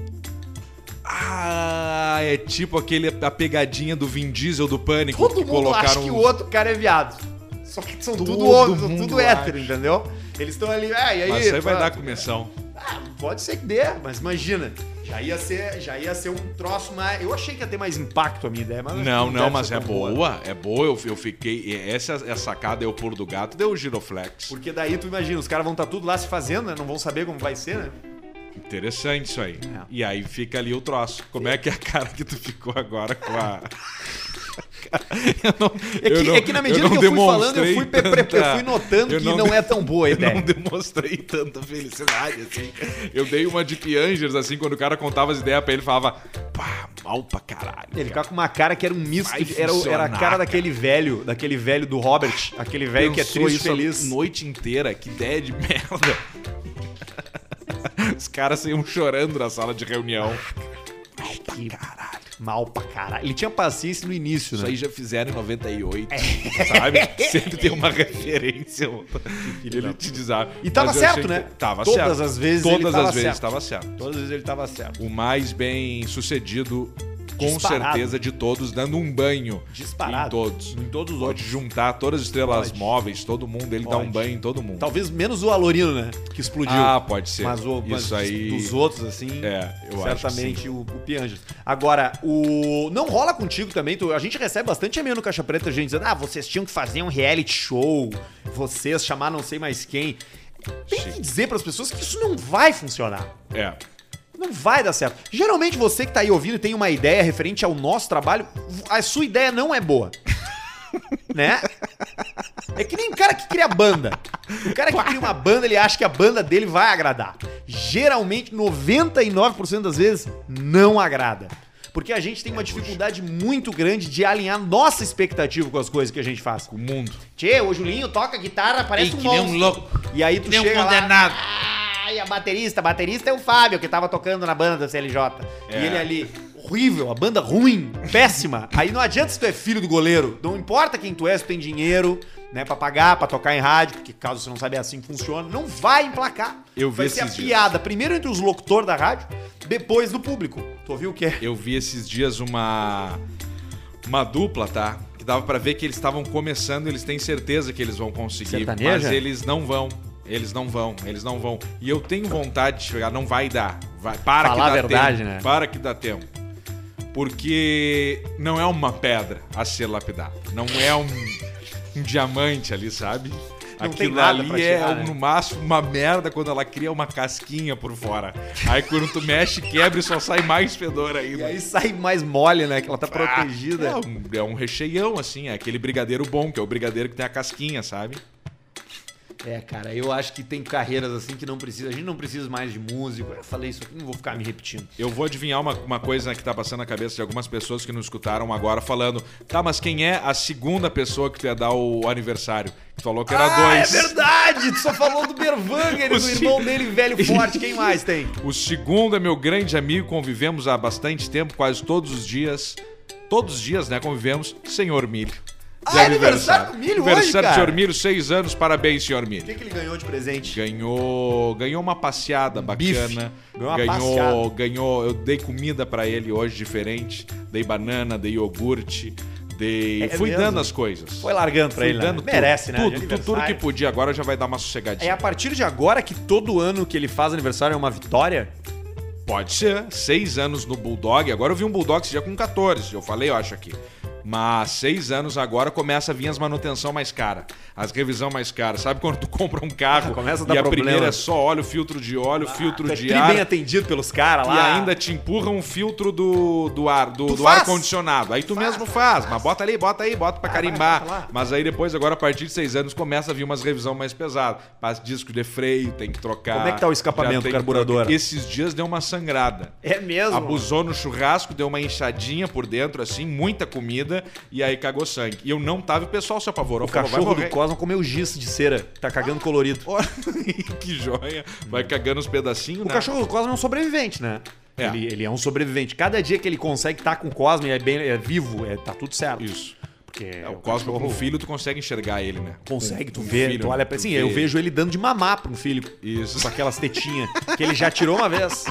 Speaker 2: Ah, é tipo aquele, a pegadinha do Vin Diesel do Pânico
Speaker 1: Todo
Speaker 2: que
Speaker 1: mundo
Speaker 2: colocaram. um
Speaker 1: acha que o outro cara é viado. Só que são tudo
Speaker 2: Todo
Speaker 1: homens, são
Speaker 2: mundo
Speaker 1: tudo hétero, entendeu? Eles estão ali, ah, e aí?
Speaker 2: Mas isso aí vai
Speaker 1: pá,
Speaker 2: dar comissão.
Speaker 1: ah, pode ser que dê, mas imagina. Já ia ser, já ia ser um troço mais. Eu achei que ia ter mais impacto a minha ideia, mas acho que
Speaker 2: Não,
Speaker 1: deve
Speaker 2: não, mas
Speaker 1: ser
Speaker 2: é
Speaker 1: tão
Speaker 2: boa, é boa. Eu, eu fiquei. Essa é a sacada, é o pulo do gato, deu o giroflex.
Speaker 1: Porque daí tu imagina, os caras vão estar tudo lá se fazendo, né? Não vão saber como vai ser, né?
Speaker 2: Interessante isso aí.
Speaker 1: É. <laughs>
Speaker 2: E aí fica ali o troço. Como é que é a cara que tu ficou agora com a. cara. Eu não,
Speaker 1: É que,
Speaker 2: eu não-
Speaker 1: é que na medida
Speaker 2: não
Speaker 1: que eu fui
Speaker 2: demonstrei
Speaker 1: falando, eu fui, pre- pre-
Speaker 2: tanta-
Speaker 1: eu fui notando
Speaker 2: eu
Speaker 1: que não é tão boa a
Speaker 2: <laughs> Eu não
Speaker 1: ideia.
Speaker 2: demonstrei tanta felicidade assim. Eu dei uma de Piangers, assim, quando o cara contava as ideias pra ele, falava, pá, mal pra caralho.
Speaker 1: Ele
Speaker 2: cara.
Speaker 1: ficava com uma cara que era um misto.
Speaker 2: Vai
Speaker 1: de- era, o- era a
Speaker 2: funcionar,
Speaker 1: cara
Speaker 2: cara.
Speaker 1: daquele velho, daquele velho do Robert, aquele velho que é
Speaker 2: Pensou
Speaker 1: triste
Speaker 2: isso a
Speaker 1: feliz.
Speaker 2: noite inteira, que ideia de merda. Os caras saíam chorando na sala de reunião. Mal pra caralho.
Speaker 1: Mal pra caralho. Ele tinha paciência no início,
Speaker 2: Isso
Speaker 1: né?
Speaker 2: aí já fizeram em 98, sabe? Sempre tem uma referência. outra.
Speaker 1: da
Speaker 2: Ele te desaba.
Speaker 1: E tava
Speaker 2: Mas eu
Speaker 1: certo,
Speaker 2: achei
Speaker 1: né?
Speaker 2: que- Tava
Speaker 1: Todas
Speaker 2: certo.
Speaker 1: as vezes
Speaker 2: Todas
Speaker 1: ele tava
Speaker 2: as vezes
Speaker 1: certo.
Speaker 2: tava certo.
Speaker 1: Todas as vezes ele tava certo.
Speaker 2: O mais bem sucedido, com
Speaker 1: Disparado.
Speaker 2: certeza, de todos, dando um banho
Speaker 1: Disparado.
Speaker 2: em todos.
Speaker 1: Em todos os
Speaker 2: Pode
Speaker 1: outros.
Speaker 2: juntar todas as estrelas
Speaker 1: Pode.
Speaker 2: móveis, todo mundo, ele dá
Speaker 1: Pode.
Speaker 2: um banho em todo mundo.
Speaker 1: Talvez menos o Alorino, né? Que explodiu.
Speaker 2: Ah, pode ser.
Speaker 1: Mas, o, mas
Speaker 2: Isso aí.
Speaker 1: dos outros, assim,
Speaker 2: É, eu acho que
Speaker 1: certamente o, o Pianjas. Agora, o. Não rola contigo também. tu- a gente recebe bastante e-mail no Caixa Preta, gente, dizendo: ah, vocês tinham que fazer um reality show, vocês chamar não sei mais quem. Tem que
Speaker 2: Sim.
Speaker 1: dizer pras pessoas que isso não vai funcionar.
Speaker 2: É.
Speaker 1: Não vai dar certo. Geralmente você que tá aí ouvindo e tem uma ideia referente ao nosso trabalho, a sua ideia não é
Speaker 2: <laughs>
Speaker 1: boa. né? É que nem o cara que cria banda. O cara que cria uma banda, ele acha que a banda dele vai agradar. Geralmente, 99% das vezes, não agrada. Porque a gente tem uma dificuldade muito grande de alinhar nossa expectativa com as coisas que a gente faz.
Speaker 2: O mundo.
Speaker 1: Tchê, o Julinho toca guitarra, parece um monstro. E aí tu
Speaker 2: nem um
Speaker 1: chega lá...
Speaker 2: condenado.
Speaker 1: Ai, a baterista, a baterista é o Fábio, que tava tocando na banda da CLJ. E
Speaker 2: É.
Speaker 1: ele ali, horrível, a banda ruim, péssima. Aí não adianta se tu é filho do goleiro, não importa quem tu é, se tu tem dinheiro, né, pra pagar, pra tocar em rádio, porque caso você não sabe é assim que funciona, não vai emplacar.
Speaker 2: Eu vi
Speaker 1: vai ser a
Speaker 2: esses dias.
Speaker 1: piada, primeiro entre os locutores da rádio, depois do público. Tu ouviu o que é?
Speaker 2: Eu vi esses dias uma uma dupla, tá? Que dava pra ver que eles estavam começando, eles têm certeza que eles vão conseguir,
Speaker 1: Sertaneja?
Speaker 2: mas eles não vão. Eles não vão, eles não vão. E eu tenho vontade de chegar, não vai dar. Vai, para
Speaker 1: Falar
Speaker 2: que dá
Speaker 1: a verdade,
Speaker 2: tempo,
Speaker 1: né?
Speaker 2: Para que dá tempo. Porque não é uma pedra a ser lapidada. Não é um, um diamante ali, sabe?
Speaker 1: Não tem
Speaker 2: Aquilo
Speaker 1: nada
Speaker 2: ali
Speaker 1: pra
Speaker 2: é,
Speaker 1: tirar, né?
Speaker 2: no máximo, uma merda quando ela cria uma casquinha por fora. Aí quando tu mexe, quebra e só sai mais fedor ainda.
Speaker 1: E aí sai mais mole, né, que ela tá
Speaker 2: Ah,
Speaker 1: protegida.
Speaker 2: É um, é um recheião, assim, é aquele brigadeiro bom, que é o brigadeiro que tem a casquinha, sabe?
Speaker 1: É, cara, eu acho que tem carreiras assim que não precisa. A gente não precisa mais de músico. Eu falei isso aqui, não vou ficar me repetindo.
Speaker 2: Eu vou adivinhar uma, uma coisa que tá passando na cabeça de algumas pessoas que nos escutaram agora falando. Tá, mas quem é a segunda pessoa que tu ia dar o aniversário? Tu falou que era dois.
Speaker 1: é verdade! Tu só falou do Berwanger e
Speaker 2: <laughs> O
Speaker 1: do
Speaker 2: Ci-
Speaker 1: irmão dele, velho forte.
Speaker 2: <laughs>
Speaker 1: Quem mais tem?
Speaker 2: O segundo é meu grande amigo, convivemos há bastante tempo, quase todos os dias. Todos os dias, né? Convivemos, senhor Milho.
Speaker 1: Ah,
Speaker 2: De
Speaker 1: é aniversário do Milho hoje,
Speaker 2: Aniversário do
Speaker 1: cara?
Speaker 2: senhor Milho, seis anos, parabéns, senhor Milho.
Speaker 1: O que, que ele ganhou de presente?
Speaker 2: Ganhou, ganhou uma passeada bacana.
Speaker 1: Um bife. Ganhou uma
Speaker 2: ganhou,
Speaker 1: passeada.
Speaker 2: ganhou- eu dei comida pra ele hoje diferente. Dei banana, dei iogurte, dei,
Speaker 1: É
Speaker 2: fui
Speaker 1: mesmo?
Speaker 2: dando as coisas.
Speaker 1: Foi largando pra
Speaker 2: Fui
Speaker 1: ele.
Speaker 2: dando
Speaker 1: né?
Speaker 2: tudo,
Speaker 1: Merece, né? De
Speaker 2: Tudo, tudo, tudo que
Speaker 1: aniversário.
Speaker 2: podia. Agora já vai dar uma
Speaker 1: É
Speaker 2: sossegadinha.
Speaker 1: a partir de agora que todo ano que ele faz aniversário é uma vitória?
Speaker 2: Pode ser. Seis anos no Bulldog. Agora eu vi um Bulldog esse dia com 14. Eu falei, eu acho aqui. Mas seis anos agora começa a vir as manutenção mais cara, as revisão mais cara. Sabe quando tu compra um carro
Speaker 1: Ah, <laughs> começa a
Speaker 2: e
Speaker 1: dar
Speaker 2: a
Speaker 1: problema.
Speaker 2: primeira é só óleo, filtro de óleo, filtro
Speaker 1: Tu é
Speaker 2: de
Speaker 1: tri
Speaker 2: ar.
Speaker 1: bem atendido pelos caras lá.
Speaker 2: E ainda te empurra um filtro do, do ar,
Speaker 1: Tu
Speaker 2: do, do
Speaker 1: faz?
Speaker 2: ar condicionado. Aí tu
Speaker 1: Faz,
Speaker 2: mesmo faz, mas bota ali, bota aí, bota pra
Speaker 1: Ah, vai,
Speaker 2: carimbar.
Speaker 1: vai pra lá.
Speaker 2: mas aí depois, agora a partir de seis anos, começa a vir umas revisão mais pesadas. Passa disco de freio, tem que trocar.
Speaker 1: Como é que tá o escapamento,
Speaker 2: já tem que
Speaker 1: carburador?
Speaker 2: trocar. Esses dias deu uma sangrada.
Speaker 1: É mesmo?
Speaker 2: Abusou no churrasco, deu uma inchadinha por dentro, assim, muita comida, e aí cagou sangue. E eu não tava, e o pessoal se apavorou.
Speaker 1: O cachorro do
Speaker 2: vai morrer.
Speaker 1: Cosmo comeu giz de cera. Tá cagando colorido.
Speaker 2: <laughs> que joia. Vai cagando os pedacinhos,
Speaker 1: O
Speaker 2: né?
Speaker 1: cachorro do Cosmo é um sobrevivente, né?
Speaker 2: É.
Speaker 1: Ele, ele é um sobrevivente. Cada dia que ele consegue estar com o Cosmo e é, bem, é vivo, é, tá tudo certo.
Speaker 2: Isso.
Speaker 1: Porque
Speaker 2: É, o Cosmo com o filho, tu consegue enxergar ele, né?
Speaker 1: Consegue, tu
Speaker 2: Com o
Speaker 1: vê,
Speaker 2: filho,
Speaker 1: tu olha pra
Speaker 2: tu
Speaker 1: assim,
Speaker 2: vê
Speaker 1: eu
Speaker 2: ele.
Speaker 1: vejo ele dando de mamar pra um filho com
Speaker 2: Isso.
Speaker 1: aquelas tetinhas que ele já tirou uma vez,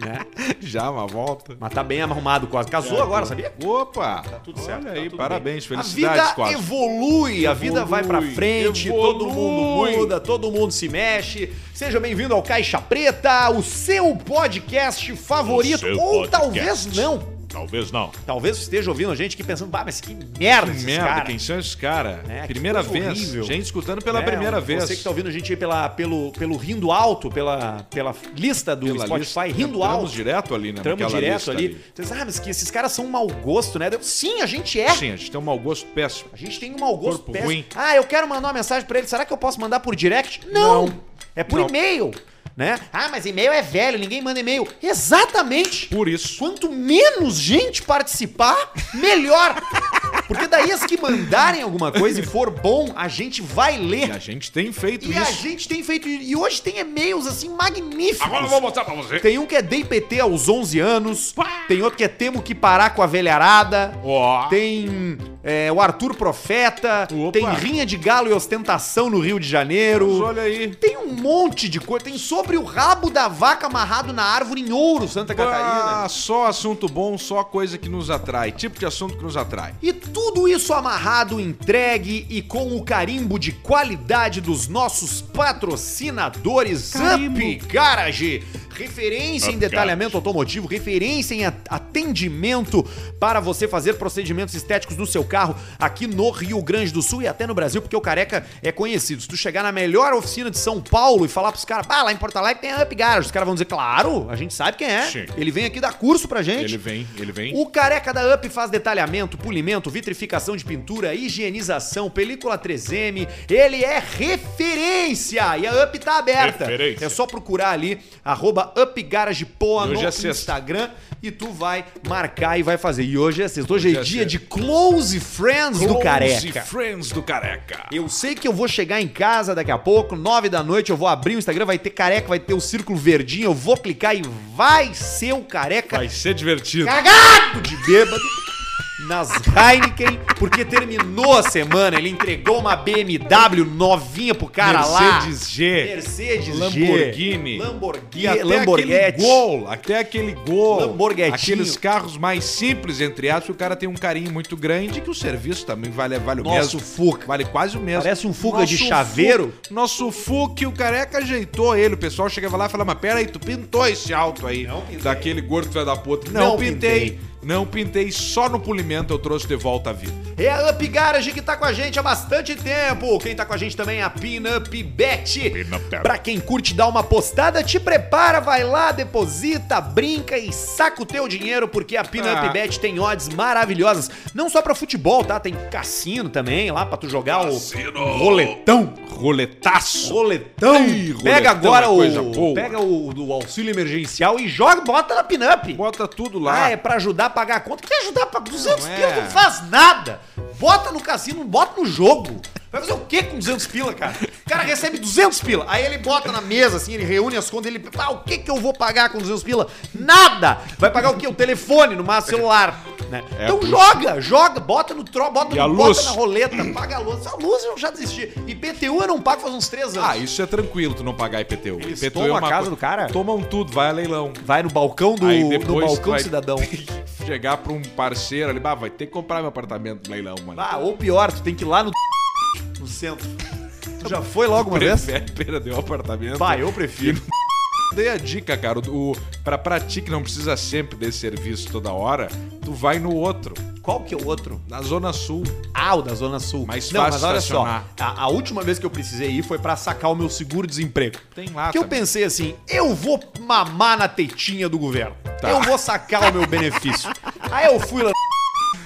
Speaker 1: né?
Speaker 2: <laughs> Já, uma volta.
Speaker 1: Mas tá bem arrumado quase.
Speaker 2: É,
Speaker 1: Casou agora, sabia?
Speaker 2: Opa! Tá
Speaker 1: tudo certo,
Speaker 2: Olha
Speaker 1: tá
Speaker 2: aí,
Speaker 1: tudo
Speaker 2: parabéns,
Speaker 1: a
Speaker 2: felicidades,
Speaker 1: vida
Speaker 2: Cosmo.
Speaker 1: evolui, a vida vai pra
Speaker 2: Evolui,
Speaker 1: frente, todo mundo
Speaker 2: evolui.
Speaker 1: muda, todo mundo se mexe. Seja bem-vindo ao Caixa Preta, o seu podcast favorito,
Speaker 2: seu
Speaker 1: ou
Speaker 2: podcast.
Speaker 1: talvez não.
Speaker 2: Talvez não.
Speaker 1: Talvez esteja ouvindo a gente aqui pensando, bah, mas que merda
Speaker 2: Que
Speaker 1: esses
Speaker 2: merda,
Speaker 1: caras.
Speaker 2: quem são esses caras?
Speaker 1: Né, que
Speaker 2: Primeira
Speaker 1: coisa
Speaker 2: vez.
Speaker 1: horrível.
Speaker 2: Gente escutando pela
Speaker 1: É,
Speaker 2: primeira vez.
Speaker 1: Você que tá ouvindo a gente aí pela, pelo, pelo Rindo Alto, pela, pela lista do
Speaker 2: Pela
Speaker 1: Spotify,
Speaker 2: lista.
Speaker 1: Rindo
Speaker 2: Entramos
Speaker 1: Alto.
Speaker 2: direto ali, né?
Speaker 1: Entramos
Speaker 2: naquela
Speaker 1: direto
Speaker 2: lista
Speaker 1: ali. Vocês ah, mas que esses caras são um mau gosto, né? Eu, Sim, a gente é.
Speaker 2: Sim, a gente tem um mau gosto péssimo.
Speaker 1: A gente tem um mau gosto
Speaker 2: Corpo
Speaker 1: péssimo.
Speaker 2: ruim.
Speaker 1: Ah, eu quero mandar uma mensagem pra ele. Será que eu posso mandar por direct? Não.
Speaker 2: Não.
Speaker 1: É por
Speaker 2: Não.
Speaker 1: e-mail, né? Ah, mas e-mail é velho, ninguém manda e-mail. Exatamente.
Speaker 2: Por isso.
Speaker 1: Quanto menos gente participar, melhor. Porque daí as que mandarem alguma coisa e for bom, a gente vai
Speaker 2: E a
Speaker 1: ler.
Speaker 2: gente tem feito
Speaker 1: E a
Speaker 2: isso.
Speaker 1: gente tem feito e hoje tem e-mails assim magníficos.
Speaker 2: Agora eu vou mostrar pra você.
Speaker 1: Tem um que é dei PT aos 11 anos, tem outro que é temo que parar com a velharada.
Speaker 2: Ó.
Speaker 1: Tem é, o Arthur Profeta,
Speaker 2: Opa.
Speaker 1: tem Rinha de Galo e Ostentação no Rio de Janeiro.
Speaker 2: Mas olha aí.
Speaker 1: Tem um monte de coisa. Tem sobre o rabo da vaca amarrado na árvore em ouro, Santa Catarina.
Speaker 2: Ah, só assunto bom, só coisa que nos atrai. Tipo de assunto que nos atrai.
Speaker 1: E tudo isso amarrado, entregue e com o carimbo de qualidade dos nossos patrocinadores Up Garage. Referência em detalhamento automotivo, referência em a- atendimento para você fazer procedimentos estéticos no seu carro aqui no Rio Grande do Sul e até no Brasil, porque o Careca é conhecido. Se tu chegar na melhor oficina de São Paulo e falar pros caras, ah, lá em Porto Alegre tem a Up Garage, os caras vão dizer, claro, a gente sabe quem é.
Speaker 2: Sim.
Speaker 1: Ele vem aqui dar curso pra gente.
Speaker 2: Ele vem, ele vem.
Speaker 1: O Careca da Up faz detalhamento, polimento, vitrificação de pintura, higienização, película 3M. Ele é referência e a Up tá aberta.
Speaker 2: Referência.
Speaker 1: É só procurar ali arroba @upgaragepoa
Speaker 2: E
Speaker 1: no
Speaker 2: hoje é sexta.
Speaker 1: Instagram e tu vai marcar e vai fazer. E hoje é sexta, hoje,
Speaker 2: Hoje
Speaker 1: é,
Speaker 2: é
Speaker 1: dia
Speaker 2: sexta.
Speaker 1: de close friends do
Speaker 2: Close
Speaker 1: Careca.
Speaker 2: Friends do Careca.
Speaker 1: Eu sei que eu vou chegar em casa daqui a pouco, nove da noite, eu vou abrir o Instagram, vai ter careca, vai ter o círculo verdinho, eu vou clicar e vai ser o careca
Speaker 2: Vai ser divertido.
Speaker 1: cagado de bêbado nas Heineken, porque terminou a semana, ele entregou uma BMW novinha pro cara
Speaker 2: Mercedes
Speaker 1: lá.
Speaker 2: G.
Speaker 1: Mercedes
Speaker 2: Lamborghini.
Speaker 1: G,
Speaker 2: E
Speaker 1: Lamborghini,
Speaker 2: até
Speaker 1: Lamborghini,
Speaker 2: aquele gol, até aquele gol,
Speaker 1: Lamborghetinho.
Speaker 2: aqueles carros mais simples, entre aspas, que o cara tem um carinho muito grande e que o serviço também vale, vale o
Speaker 1: Nosso
Speaker 2: mesmo.
Speaker 1: Fuca.
Speaker 2: Vale quase o mesmo.
Speaker 1: Parece um Fuca de
Speaker 2: Fu-
Speaker 1: chaveiro.
Speaker 2: nosso Fuca, o careca ajeitou ele. O pessoal chegava lá e falava, mas peraí, tu pintou esse alto aí.
Speaker 1: Não pintei.
Speaker 2: Daquele gordo filho da puta.
Speaker 1: Não
Speaker 2: Não, pintei.
Speaker 1: pintei.
Speaker 2: Não pintei, só no polimento eu trouxe de volta a vida.
Speaker 1: É a Up Garage que tá com a gente há bastante tempo. Quem tá com a gente também é a Pinup Bet. Pra quem curte dar uma postada, te prepara, vai lá, deposita, brinca e saca o teu dinheiro, porque a Pinup
Speaker 2: Ah.
Speaker 1: Bet tem odds maravilhosas. Não só pra futebol, tá? Tem cassino também lá pra tu jogar o um roletão.
Speaker 2: Roletaço.
Speaker 1: Roletão.
Speaker 2: Ih, roletão
Speaker 1: pega agora
Speaker 2: é
Speaker 1: o
Speaker 2: coisa boa.
Speaker 1: pega o do auxílio emergencial e joga, bota na Pinup.
Speaker 2: Bota tudo lá.
Speaker 1: Ah, é pra ajudar a pagar a conta. Quer ajudar a pagar 200
Speaker 2: Não é.
Speaker 1: pila? Não faz nada. Bota no cassino, bota no jogo. Vai fazer o que com 200 pila, cara? O cara recebe 200 pila, aí ele bota na mesa, assim, ele reúne as contas, ele... Ah, o que que eu vou pagar com 200 pila? Nada! Vai pagar o quê? O telefone, no máximo, celular, né?
Speaker 2: É
Speaker 1: então
Speaker 2: a luz.
Speaker 1: joga, joga, bota no tro, bota,
Speaker 2: E
Speaker 1: no,
Speaker 2: a
Speaker 1: bota
Speaker 2: luz?
Speaker 1: na roleta, paga a luz. A luz eu já desisti. E PTU eu não pago faz uns 3 anos.
Speaker 2: Ah, isso é tranquilo tu não pagar IPTU.
Speaker 1: Eles
Speaker 2: IPTU
Speaker 1: tomam
Speaker 2: é uma
Speaker 1: a casa
Speaker 2: coisa-
Speaker 1: do cara?
Speaker 2: Tomam tudo, vai a leilão.
Speaker 1: Vai no balcão do,
Speaker 2: Aí
Speaker 1: no
Speaker 2: depois
Speaker 1: balcão
Speaker 2: vai
Speaker 1: do
Speaker 2: <laughs>
Speaker 1: cidadão.
Speaker 2: ter que chegar pra um parceiro ali, bah, vai ter que comprar meu apartamento no leilão, mano.
Speaker 1: Ah, ou pior, tu tem que ir lá no, <laughs> no centro. Tu já foi logo uma vez?
Speaker 2: Prefere perder o apartamento.
Speaker 1: Vai, eu prefiro.
Speaker 2: Dei a dica, cara. O, pra, pra ti que não precisa sempre desse serviço toda hora, tu vai no outro,
Speaker 1: Qual que é o outro?
Speaker 2: na Zona Sul.
Speaker 1: Ah, o da Zona Sul.
Speaker 2: Mais
Speaker 1: Não,
Speaker 2: fácil
Speaker 1: mas olha
Speaker 2: estacionar.
Speaker 1: só. A, a última vez que eu precisei ir foi pra sacar o meu seguro-desemprego.
Speaker 2: Tem lá
Speaker 1: Que eu
Speaker 2: também.
Speaker 1: pensei assim, eu vou mamar na tetinha do governo.
Speaker 2: Tá.
Speaker 1: Eu vou sacar o
Speaker 2: <laughs>
Speaker 1: meu benefício. Aí eu fui lá,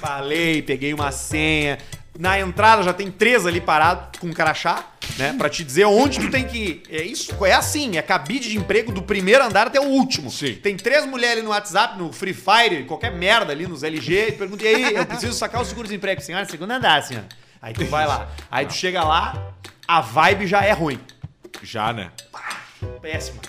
Speaker 1: falei, peguei uma senha. Na entrada já tem três ali parado com crachá, né? Pra te dizer onde tu tem que ir. É isso, é assim, é cabide de emprego do primeiro andar até o último.
Speaker 2: Sim.
Speaker 1: Tem três mulheres ali no WhatsApp, no Free Fire, qualquer merda ali nos LG, e pergunta, e aí, eu preciso sacar o seguro-desemprego. Senhora, segundo andar, senhora. Aí tu vai lá. Aí tu chega lá, a vibe já é ruim.
Speaker 2: Já, né?
Speaker 1: Péssima.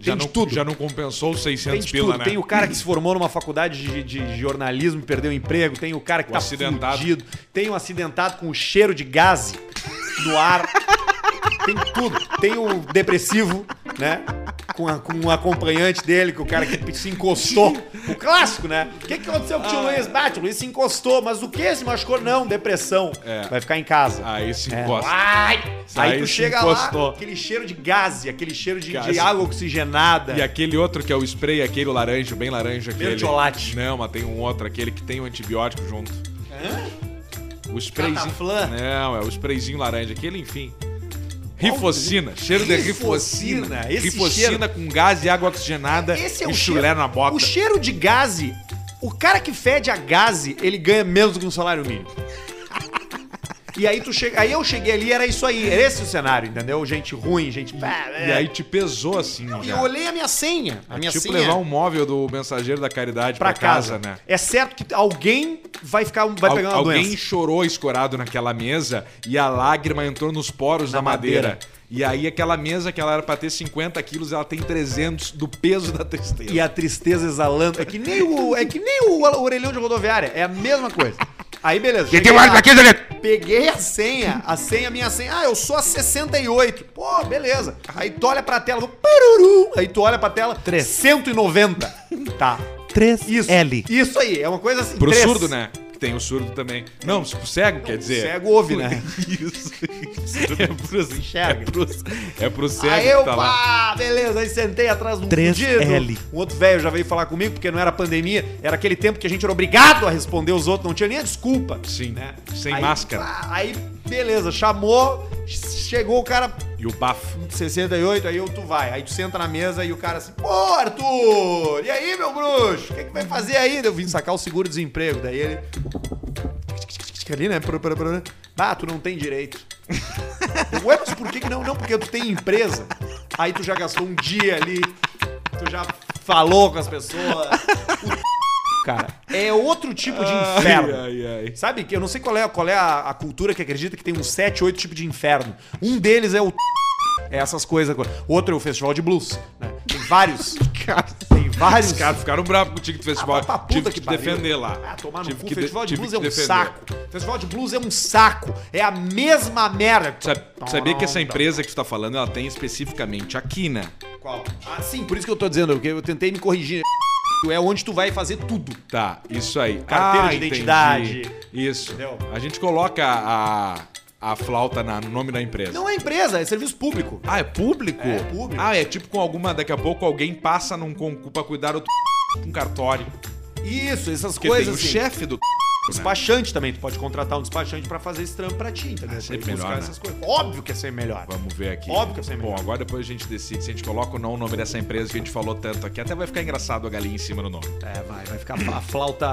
Speaker 2: Já
Speaker 1: Tem de
Speaker 2: não,
Speaker 1: tudo.
Speaker 2: já não compensou os
Speaker 1: Tem
Speaker 2: 600
Speaker 1: de
Speaker 2: pila,
Speaker 1: tudo.
Speaker 2: né?
Speaker 1: Tem o cara que se formou numa faculdade de, de jornalismo e perdeu o emprego. Tem o cara que
Speaker 2: O
Speaker 1: tá
Speaker 2: acidentado.
Speaker 1: fudido. Tem um acidentado com cheiro de gás no ar. Tem tudo. Tem o depressivo, né? Com, a- com um acompanhante dele, que o cara que se encostou O clássico, né? O que, que aconteceu com o tio Luiz? Ah, tio Luiz se encostou, mas o que? Se machucou? Não, depressão.
Speaker 2: É.
Speaker 1: Vai ficar em casa.
Speaker 2: Aí se
Speaker 1: É.
Speaker 2: encosta.
Speaker 1: Ai! Aí,
Speaker 2: Aí
Speaker 1: tu
Speaker 2: se
Speaker 1: chega
Speaker 2: encostou.
Speaker 1: lá, aquele cheiro de gás, e aquele cheiro de, de
Speaker 2: Gás.
Speaker 1: água oxigenada.
Speaker 2: E aquele outro que é o spray, aquele laranja, bem laranja aquele.
Speaker 1: Mertiolate.
Speaker 2: Não, mas tem um outro, aquele que tem o antibiótico junto. O sprayzinho.
Speaker 1: Cataflã?
Speaker 2: Não, é o sprayzinho laranja, aquele, enfim. Rifocina, cheiro de rifocina.
Speaker 1: é? Rifocina, esse
Speaker 2: rifocina com gás e água oxigenada
Speaker 1: Esse é
Speaker 2: e
Speaker 1: o
Speaker 2: chulé
Speaker 1: cheiro.
Speaker 2: na bota.
Speaker 1: O cheiro de gás, o cara que fede a gás, ele ganha menos do que um salário mínimo. <laughs> E aí tu chega, aí eu cheguei ali, era isso aí, era esse o cenário, entendeu? Gente ruim, gente. pá, é.
Speaker 2: E aí te pesou assim,
Speaker 1: E
Speaker 2: já.
Speaker 1: eu olhei a minha senha, a
Speaker 2: É
Speaker 1: minha
Speaker 2: tipo
Speaker 1: senha
Speaker 2: levar um móvel do mensageiro da caridade pra,
Speaker 1: pra casa.
Speaker 2: casa, né?
Speaker 1: É certo que alguém vai ficar, vai
Speaker 2: Al-
Speaker 1: pegar uma
Speaker 2: alguém
Speaker 1: doença.
Speaker 2: chorou escorado naquela mesa e a lágrima entrou nos poros
Speaker 1: Na
Speaker 2: da madeira.
Speaker 1: madeira.
Speaker 2: E aí aquela mesa que ela era pra ter 50 quilos, ela tem 300 do peso da tristeza.
Speaker 1: E a tristeza exalando. É que nem o, é que nem o orelhão de rodoviária, é a mesma coisa. Aí beleza. cheguei lá. Peguei a senha, a senha, minha senha. Ah, eu sou a 68. Pô, beleza. Aí tu olha pra tela, paruru. Aí tu olha pra tela, 3. 190. Tá.
Speaker 4: 3
Speaker 1: Isso.
Speaker 4: L.
Speaker 1: Isso aí, é uma coisa assim.
Speaker 2: Pro
Speaker 1: três.
Speaker 2: surdo, né? Que Tem o surdo também. Não, pro cego, quer dizer.
Speaker 1: cego ouve, né?
Speaker 2: <laughs> Isso.
Speaker 1: <laughs>
Speaker 2: é pro,
Speaker 1: enxerga.
Speaker 2: É pro, é pro cego
Speaker 1: Aí Ah, eu,
Speaker 2: que tá lá.
Speaker 1: pá, beleza, aí sentei atrás de um
Speaker 4: 3L.
Speaker 1: Um outro velho já veio falar comigo, porque não era pandemia, era aquele tempo que a gente era obrigado a responder os outros, não tinha nem a desculpa.
Speaker 2: Sim,
Speaker 1: né?
Speaker 2: sem
Speaker 1: Aí,
Speaker 2: máscara.
Speaker 1: pá, aí, beleza, chamou, chegou o cara,
Speaker 2: E o bafo.
Speaker 1: 68, aí eu- tu vai. Aí tu senta na mesa e o cara assim, pô, Arthur, e aí, meu bruxo? O que, que vai fazer aí? Eu vim sacar o seguro-desemprego. Daí ele. Ali, né? Pra- pra- pra- Ah, tu não tem direito. <laughs> Eu, Ué, mas por que, que não? Não, porque tu tem empresa. Aí tu já gastou um dia ali, tu já falou com as pessoas. O cara, é outro tipo de inferno.
Speaker 2: Ai, ai, ai.
Speaker 1: Sabe que eu não sei qual é, qual é a, a cultura que acredita que tem uns 7, 8 tipos de inferno. Um deles é o. É essas coisas. Outro é o festival de blues. né? Tem
Speaker 2: <laughs>
Speaker 1: vários. tem vários.
Speaker 2: Os caras ficaram bravos contigo do
Speaker 1: Ah,
Speaker 2: festival.
Speaker 1: vai pra puta
Speaker 2: tive que, te
Speaker 1: pariu.
Speaker 2: defender lá.
Speaker 1: Ah, tomar no
Speaker 2: tive
Speaker 1: cu.
Speaker 2: que de-
Speaker 1: festival de
Speaker 2: tive
Speaker 1: blues
Speaker 2: que
Speaker 1: é um
Speaker 2: te defender.
Speaker 1: saco. Festival de blues é um saco. É a mesma merda.
Speaker 2: Sabe- sabia que essa empresa que tu tá falando, ela tem especificamente a Quina.
Speaker 1: Qual? Ah, sim, por isso que eu tô dizendo, porque eu tentei me corrigir. É onde tu vai fazer tudo.
Speaker 2: Tá, isso aí. Ah,
Speaker 1: Carteira de
Speaker 2: entendi.
Speaker 1: identidade.
Speaker 2: Isso.
Speaker 1: Entendeu?
Speaker 2: A gente coloca a, a flauta na- no nome da empresa.
Speaker 1: Não é empresa, é serviço público.
Speaker 2: Ah, é público?
Speaker 1: É público.
Speaker 2: Ah, é tipo com alguma. Daqui a pouco alguém passa num concurso pra cuidar do t- um cartório.
Speaker 1: Isso, essas
Speaker 2: Porque
Speaker 1: coisas.
Speaker 2: tem o
Speaker 1: assim.
Speaker 2: chefe do. t- Né?
Speaker 1: Despachante também, tu pode contratar um despachante pra fazer esse trampo pra ti, entendeu? Pra
Speaker 2: Ah,
Speaker 1: ir
Speaker 2: sempre melhor, né?
Speaker 1: coisas. Óbvio que é sempre melhor.
Speaker 2: Vamos ver aqui.
Speaker 1: Óbvio que eu sei
Speaker 2: Bom,
Speaker 1: melhor.
Speaker 2: agora depois a gente decide se a gente coloca ou não o nome dessa empresa que a gente falou tanto aqui. Até vai ficar engraçado a galinha em cima do nome.
Speaker 1: É, vai, vai ficar a flauta.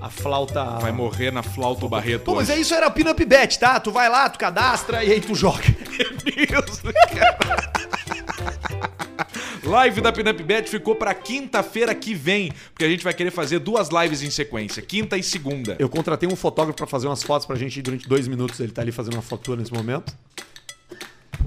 Speaker 1: A flauta.
Speaker 2: Vai morrer na flauta do Barreto.
Speaker 1: Ah. Pô, mas
Speaker 2: hoje.
Speaker 1: é isso era o Pinup Bet, tá? Tu vai lá, tu cadastra e aí tu
Speaker 2: <laughs>
Speaker 1: joga.
Speaker 2: <laughs> Live da Pinup Bet ficou pra quinta-feira que vem, porque a gente vai querer fazer duas lives em sequência, quinta e segunda.
Speaker 1: Eu contratei um fotógrafo pra fazer umas fotos pra gente durante dois minutos. Ele tá ali fazendo uma fotura nesse momento.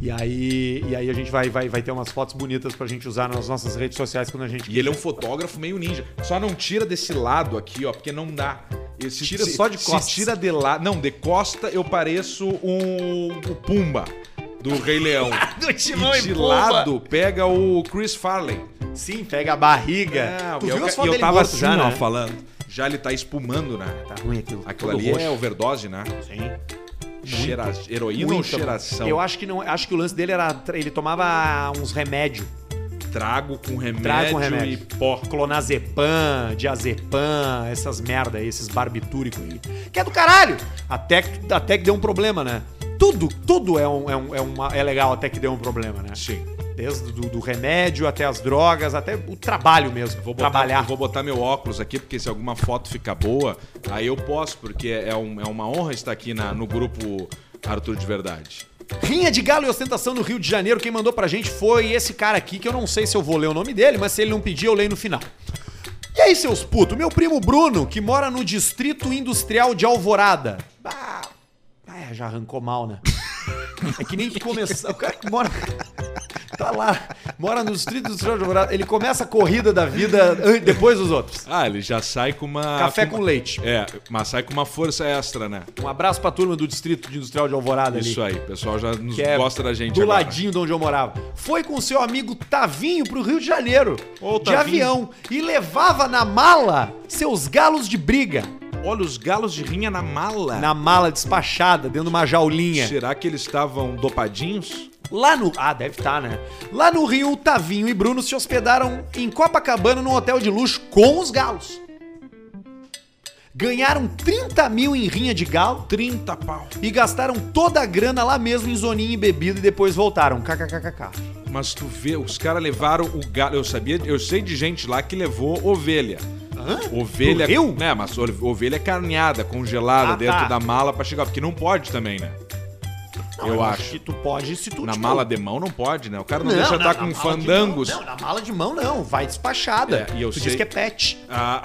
Speaker 1: E aí, e aí a gente vai, vai, vai ter umas fotos bonitas pra gente usar nas nossas redes sociais quando a gente.
Speaker 2: E ele é um fotógrafo meio ninja. Só não tira desse lado aqui, ó, porque não dá. Esse,
Speaker 1: Tira só de costas.
Speaker 2: Se tira de lado. Não, de costa eu pareço um, o Pumba do Rei Leão.
Speaker 1: <laughs> Do Timão
Speaker 2: e
Speaker 1: e
Speaker 2: de
Speaker 1: Pumba.
Speaker 2: lado pega o Chris Farley.
Speaker 1: Sim, pega a barriga.
Speaker 2: e eu, e eu tava assim,
Speaker 1: né?
Speaker 2: ó, falando. Já ele tá espumando, né?
Speaker 1: Tá ruim aquilo.
Speaker 2: Aquilo
Speaker 1: Todo
Speaker 2: ali
Speaker 1: roxo.
Speaker 2: é overdose, né?
Speaker 1: Sim.
Speaker 2: Cheira, heroína ou
Speaker 1: Muito.
Speaker 2: cheiração?
Speaker 1: Eu acho que não, acho que o lance dele era ele tomava uns remédios,
Speaker 2: Trago com remédio,
Speaker 1: Trago com
Speaker 2: e
Speaker 1: remédio.
Speaker 2: pó.
Speaker 1: clonazepam, diazepam, essas merda, aí, esses barbitúricos aí. Que é do caralho. Até que até que deu um problema, né? Tudo, tudo é um, é, um- é uma, é legal até que deu um problema, né?
Speaker 2: Sim.
Speaker 1: Desde do, do remédio até as drogas, até o trabalho mesmo.
Speaker 2: Vou botar,
Speaker 1: trabalhar.
Speaker 2: eu vou botar meu óculos aqui, porque se alguma foto ficar boa, aí eu posso, porque é, um- é uma honra estar aqui na- no grupo Arthur de Verdade.
Speaker 1: Rinha de Galo e Ostentação no Rio de Janeiro. Quem mandou pra gente foi esse cara aqui, que eu não sei se eu vou ler o nome dele, mas se ele não pedir, eu leio no final. E aí, seus putos? Meu primo Bruno, que mora no Distrito Industrial de Alvorada. Ah, ah, já arrancou mal, né? É que nem que começar. O cara que mora. Tá tá lá, mora nos distritos do Senhor Alvorada. Ele começa a corrida da vida an- depois dos outros.
Speaker 2: Ah, ele já sai com uma.
Speaker 1: Café com leite.
Speaker 2: É, mas sai com uma força extra, né?
Speaker 1: Um abraço pra turma do Distrito de Industrial de Alvorada ali.
Speaker 2: Isso aí, o pessoal já nos
Speaker 1: que é
Speaker 2: gosta da gente
Speaker 1: do
Speaker 2: agora.
Speaker 1: ladinho de onde eu morava. Foi com seu amigo Tavinho pro Rio de Janeiro,
Speaker 2: Ô,
Speaker 1: de
Speaker 2: Tavinho.
Speaker 1: avião, e levava na mala seus galos de briga.
Speaker 2: Olha os galos de rinha na mala.
Speaker 1: Na mala despachada, dentro de uma jaulinha.
Speaker 2: Será que eles estavam dopadinhos?
Speaker 1: Lá no. Ah, deve estar, né? Lá no Rio, o Tavinho e Bruno se hospedaram em Copacabana num hotel de luxo com os galos. Ganharam 30 mil em rinha de galo
Speaker 2: 30 pau.
Speaker 1: e gastaram toda a grana lá mesmo em zoninha e bebida e depois voltaram. KKKKK.
Speaker 2: Mas tu vê, os caras levaram o galo. Eu sabia, eu sei de gente lá que levou ovelha. Ovelha.
Speaker 1: Do rio?
Speaker 2: É, mas o- ovelha carneada, congelada
Speaker 1: Ah,
Speaker 2: dentro
Speaker 1: tá.
Speaker 2: da mala pra chegar. Porque não pode também, né?
Speaker 1: Não, é
Speaker 2: eu, acho.
Speaker 1: que tu pode se tu
Speaker 2: Na
Speaker 1: tipo,
Speaker 2: mala de mão não pode, né? O cara não,
Speaker 1: Não,
Speaker 2: deixa
Speaker 1: na-
Speaker 2: estar
Speaker 1: na
Speaker 2: com
Speaker 1: mala de
Speaker 2: fandangos.
Speaker 1: mão, Não, na mala de mão não, vai despachada.
Speaker 2: É, e eu
Speaker 1: tu
Speaker 2: sei-
Speaker 1: diz que é pet.
Speaker 2: Ah.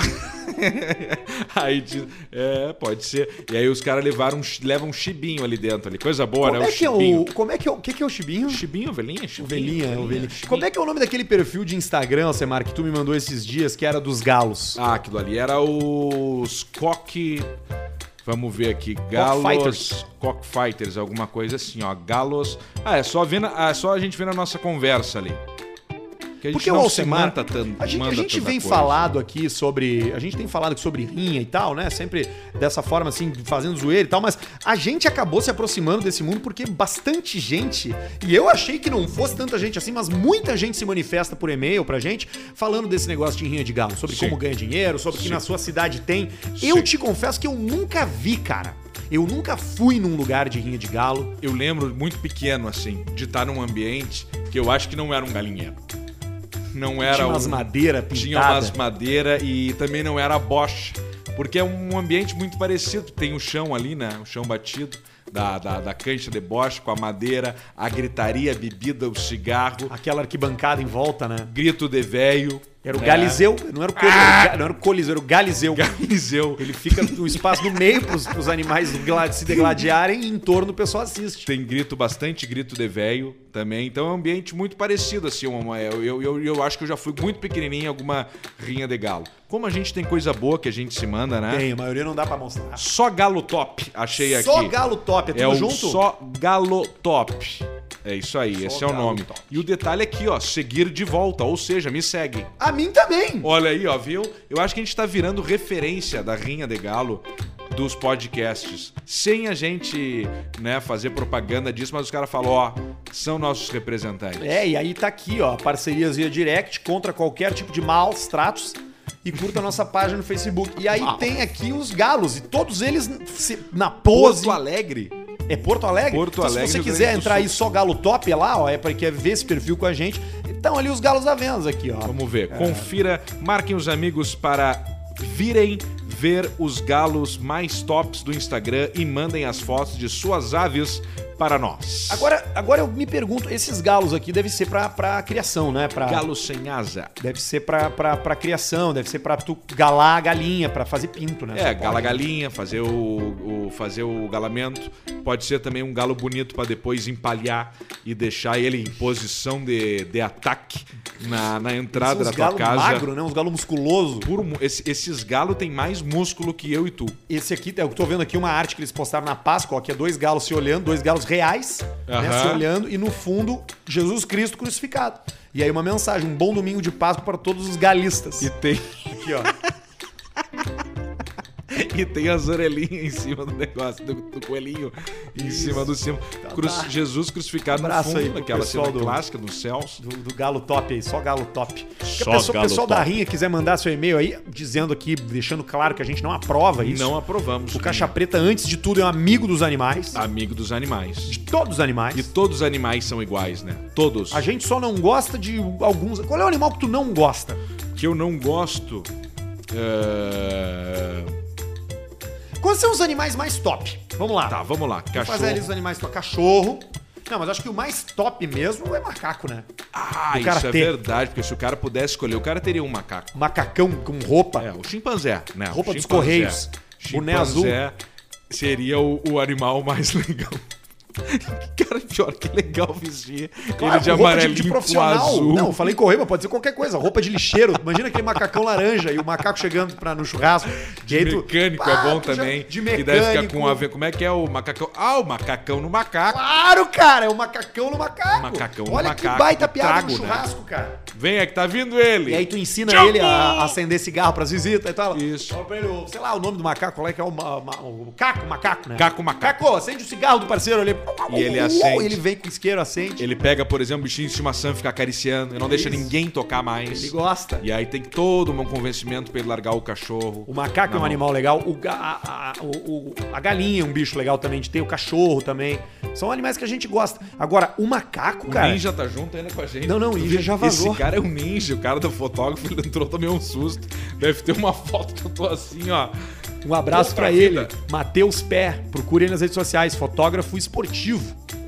Speaker 2: <laughs> aí diz, é, pode ser. E aí os caras levaram um, chi- levam um chibinho ali dentro ali. Coisa boa,
Speaker 1: como,
Speaker 2: né?
Speaker 1: é que é
Speaker 2: chibinho.
Speaker 1: o, como é que é o. O que, que é o chibinho?
Speaker 2: Chibinho, ovelhinha? Chibinho,
Speaker 1: Ovelhinha, ovelhinha.
Speaker 2: chibinho.
Speaker 1: Como é que é o nome daquele perfil de Instagram, Alcemar, que tu me mandou esses dias, que era dos galos?
Speaker 2: Ah, aquilo ali era os coque. Vamos ver aqui. Galos.
Speaker 1: Cockfighters.
Speaker 2: Cockfighters, alguma coisa assim, ó. Galos. Ah, é só, ver na- é só a gente ver na nossa conversa ali. Que a gente
Speaker 1: Porque o
Speaker 2: não
Speaker 1: Alcemar, tá
Speaker 2: se manta tanto.
Speaker 1: a gente, a
Speaker 2: manda
Speaker 1: gente
Speaker 2: tanta
Speaker 1: vem
Speaker 2: coisa.
Speaker 1: falado aqui sobre, a gente tem falado sobre rinha e tal, né? Sempre dessa forma assim, fazendo zoeira e tal, mas a gente acabou se aproximando desse mundo porque bastante gente, e eu achei que não fosse tanta gente assim, mas muita gente se manifesta por e-mail pra gente falando desse negócio de rinha de galo, sobre
Speaker 2: Sim.
Speaker 1: como ganha dinheiro, sobre o que
Speaker 2: Sim.
Speaker 1: na sua cidade tem.
Speaker 2: Sim.
Speaker 1: Eu te confesso que eu nunca vi, cara. Eu nunca fui num lugar de rinha de galo.
Speaker 2: Eu lembro muito pequeno, assim, de estar num ambiente que eu acho que não era um galinheiro. Não era
Speaker 1: tinha umas
Speaker 2: um-
Speaker 1: madeira
Speaker 2: Tinha
Speaker 1: pintada.
Speaker 2: umas madeira e também não era bosch, porque é um ambiente muito parecido. Tem o chão ali, né? O chão batido da, da, da cancha de bosch com a madeira, a gritaria, a bebida, o cigarro,
Speaker 1: Aquela arquibancada em volta, né?
Speaker 2: grito de véio.
Speaker 1: Era o
Speaker 2: né? <laughs>
Speaker 1: Galizeu, não era o, Coliseu, era o
Speaker 2: Ah!
Speaker 1: Ga- não era o Coliseu, era o Galizeu.
Speaker 2: Galizeu.
Speaker 1: Ele fica no espaço no meio pros, pros animais gla- se degladiarem e em torno o pessoal assiste.
Speaker 2: Tem grito, bastante grito de véio também. Então é um ambiente muito parecido, assim. uma- eu, eu, eu, eu acho que eu já fui muito pequenininho em alguma rinha de galo. Como a gente tem coisa boa que a gente se manda, né?
Speaker 1: Tem, a maioria não dá pra mostrar.
Speaker 2: Só galo top, achei aqui.
Speaker 1: Só galo top, é tudo
Speaker 2: É o
Speaker 1: junto?
Speaker 2: Só Galo Top. É isso aí, esse é o
Speaker 1: Galo
Speaker 2: nome.
Speaker 1: Top.
Speaker 2: E o detalhe aqui, ó, seguir de volta, ou seja, me segue.
Speaker 1: A mim também.
Speaker 2: Olha aí, ó, viu? Eu acho que a gente tá virando referência da Rinha de Galo dos podcasts. Sem a gente, né, fazer propaganda disso, mas os caras falam, ó, são nossos representantes.
Speaker 1: É, e aí tá aqui, ó, parcerias via direct contra qualquer tipo de maus tratos e curta a nossa página no Facebook. E aí tem aqui os galos e todos eles se- na pose.
Speaker 2: Porto Alegre.
Speaker 1: É Porto Alegre?
Speaker 2: Porto Alegre,
Speaker 1: Se você
Speaker 2: Rio
Speaker 1: quiser
Speaker 2: Grande do
Speaker 1: entrar
Speaker 2: Sul.
Speaker 1: aí só galo top é lá, ó, é pra quem quer ver esse perfil com a gente. Então ali os galos à venda aqui, ó.
Speaker 2: Vamos ver. Confira, marquem os amigos para virem ver os galos mais tops do Instagram e mandem as fotos de suas aves para nós.
Speaker 1: Agora, agora eu me pergunto, esses galos aqui devem ser pra, pra criação, né? Pra,
Speaker 2: Galo sem asa.
Speaker 1: Deve ser pra, pra, pra criação, deve ser pra tu galar a galinha, pra fazer pinto, né?
Speaker 2: É,
Speaker 1: Só
Speaker 2: gala
Speaker 1: pode.
Speaker 2: galinha, fazer o, o- fazer o galamento. Pode ser também um galo bonito para depois empalhar e deixar ele em posição de, de ataque na, na
Speaker 1: São
Speaker 2: entrada
Speaker 1: uns
Speaker 2: da tua
Speaker 1: galos
Speaker 2: casa.
Speaker 1: magro, né? Uns galos musculoso.
Speaker 2: Puro mu- esse- esses galos têm mais músculo que eu e tu.
Speaker 1: Esse aqui, eu tô vendo aqui uma arte que eles postaram na Páscoa, ó, que é dois galos se olhando, dois galos reais, né,
Speaker 2: Aham.
Speaker 1: se olhando, e no fundo, Jesus Cristo crucificado. E aí uma mensagem, um bom domingo de Páscoa para todos os galistas.
Speaker 2: E tem,
Speaker 1: Aqui, ó.
Speaker 2: <laughs> e tem as orelhinhas em cima do negócio, do, do coelhinho em cima do cima. Cruz-
Speaker 1: tá.
Speaker 2: Jesus crucificado no
Speaker 1: Abraço
Speaker 2: fundo,
Speaker 1: aí pro
Speaker 2: aquela
Speaker 1: pessoal
Speaker 2: cena
Speaker 1: do-
Speaker 2: clássica dos céus.
Speaker 1: <laughs> Do, do galo top aí, só galo top. Se
Speaker 2: Só
Speaker 1: o pessoal,
Speaker 2: galo
Speaker 1: pessoal da
Speaker 2: top.
Speaker 1: Rinha quiser mandar seu e-mail aí, dizendo aqui, deixando claro que a gente não aprova É isso.
Speaker 2: Não aprovamos.
Speaker 1: O Caixa Preta, antes de tudo, é um amigo dos animais.
Speaker 2: Amigo dos animais.
Speaker 1: De todos os animais.
Speaker 2: Ah. E todos os animais são iguais, né? Todos.
Speaker 1: A gente só não gosta de alguns. Qual é o animal que tu não gosta?
Speaker 2: que eu não gosto. é,
Speaker 1: Quais são os animais mais top? Vamos lá.
Speaker 2: Tá, vamos lá.
Speaker 1: Vamos fazer a lista
Speaker 2: Cachorro.
Speaker 1: dos animais top. Cachorro. Não, mas acho que o mais top mesmo é macaco, né?
Speaker 2: Ah,
Speaker 1: do
Speaker 2: isso é
Speaker 1: karatê.
Speaker 2: verdade, porque se o cara pudesse escolher, o cara teria um macaco.
Speaker 1: Macacão com roupa.
Speaker 2: É, o chimpanzé, né? O
Speaker 1: Roupa dos
Speaker 2: chimpanzé.
Speaker 1: Correios. né
Speaker 2: Chimpanzé
Speaker 1: Boné azul.
Speaker 2: <laughs> seria o, o animal mais legal. Cara, pior que legal vestir
Speaker 1: Claro,
Speaker 2: ele de
Speaker 1: roupa
Speaker 2: amarelinho com azul.
Speaker 1: Não, eu falei correr, mas pode ser qualquer coisa. Roupa de lixeiro. Imagina aquele macacão laranja e o macaco chegando pra, no churrasco. De
Speaker 2: mecânico é bom também.
Speaker 1: Ah, De
Speaker 2: que
Speaker 1: mecânico.
Speaker 2: deve ficar com a ver. Como é que é o macacão? Ah, o macacão no macaco.
Speaker 1: Claro, cara. É o macacão no macaco.
Speaker 2: Macacão no
Speaker 1: Olha
Speaker 2: macaco,
Speaker 1: que baita
Speaker 2: que
Speaker 1: piada no
Speaker 2: trago, né?
Speaker 1: churrasco, cara.
Speaker 2: Vem aí que tá vindo ele.
Speaker 1: E aí tu ensina
Speaker 2: Tchau.
Speaker 1: ele a, a acender cigarro pras visitas e tal.
Speaker 2: Isso.
Speaker 1: Fala pra ele, o- sei lá, o nome do macaco. Qual é que é o, ma, ma- o caco, macaco, né?
Speaker 2: Caco macaco.
Speaker 1: Caco, acende o cigarro do parceiro ali.
Speaker 2: E ele acende.
Speaker 1: Ele vem com isqueiro, acende.
Speaker 2: Ele pega, por exemplo, o bichinho de estimação e fica acariciando. Ele não deixa
Speaker 1: Isso.
Speaker 2: ninguém tocar mais.
Speaker 1: Ele gosta.
Speaker 2: E aí tem todo um convencimento pra ele largar o cachorro.
Speaker 1: O macaco é um
Speaker 2: Não.
Speaker 1: animal legal, o ga- a, a- o- o- a galinha é um bicho legal também de ter, o cachorro também. São animais que a gente gosta. Agora, o macaco,
Speaker 2: O
Speaker 1: cara.
Speaker 2: ninja tá junto ainda com a gente.
Speaker 1: Não, não, o
Speaker 2: Tu
Speaker 1: ninja
Speaker 2: vê?
Speaker 1: já vazou.
Speaker 2: Esse cara é um ninja, o cara do fotógrafo, ele entrou, tomei um susto. Deve ter uma <laughs> foto que eu tô assim, ó.
Speaker 1: Um abraço
Speaker 2: Outra
Speaker 1: pra ele,
Speaker 2: vida.
Speaker 1: Matheus Pé. Procure ele nas redes sociais, fotógrafo esportivo.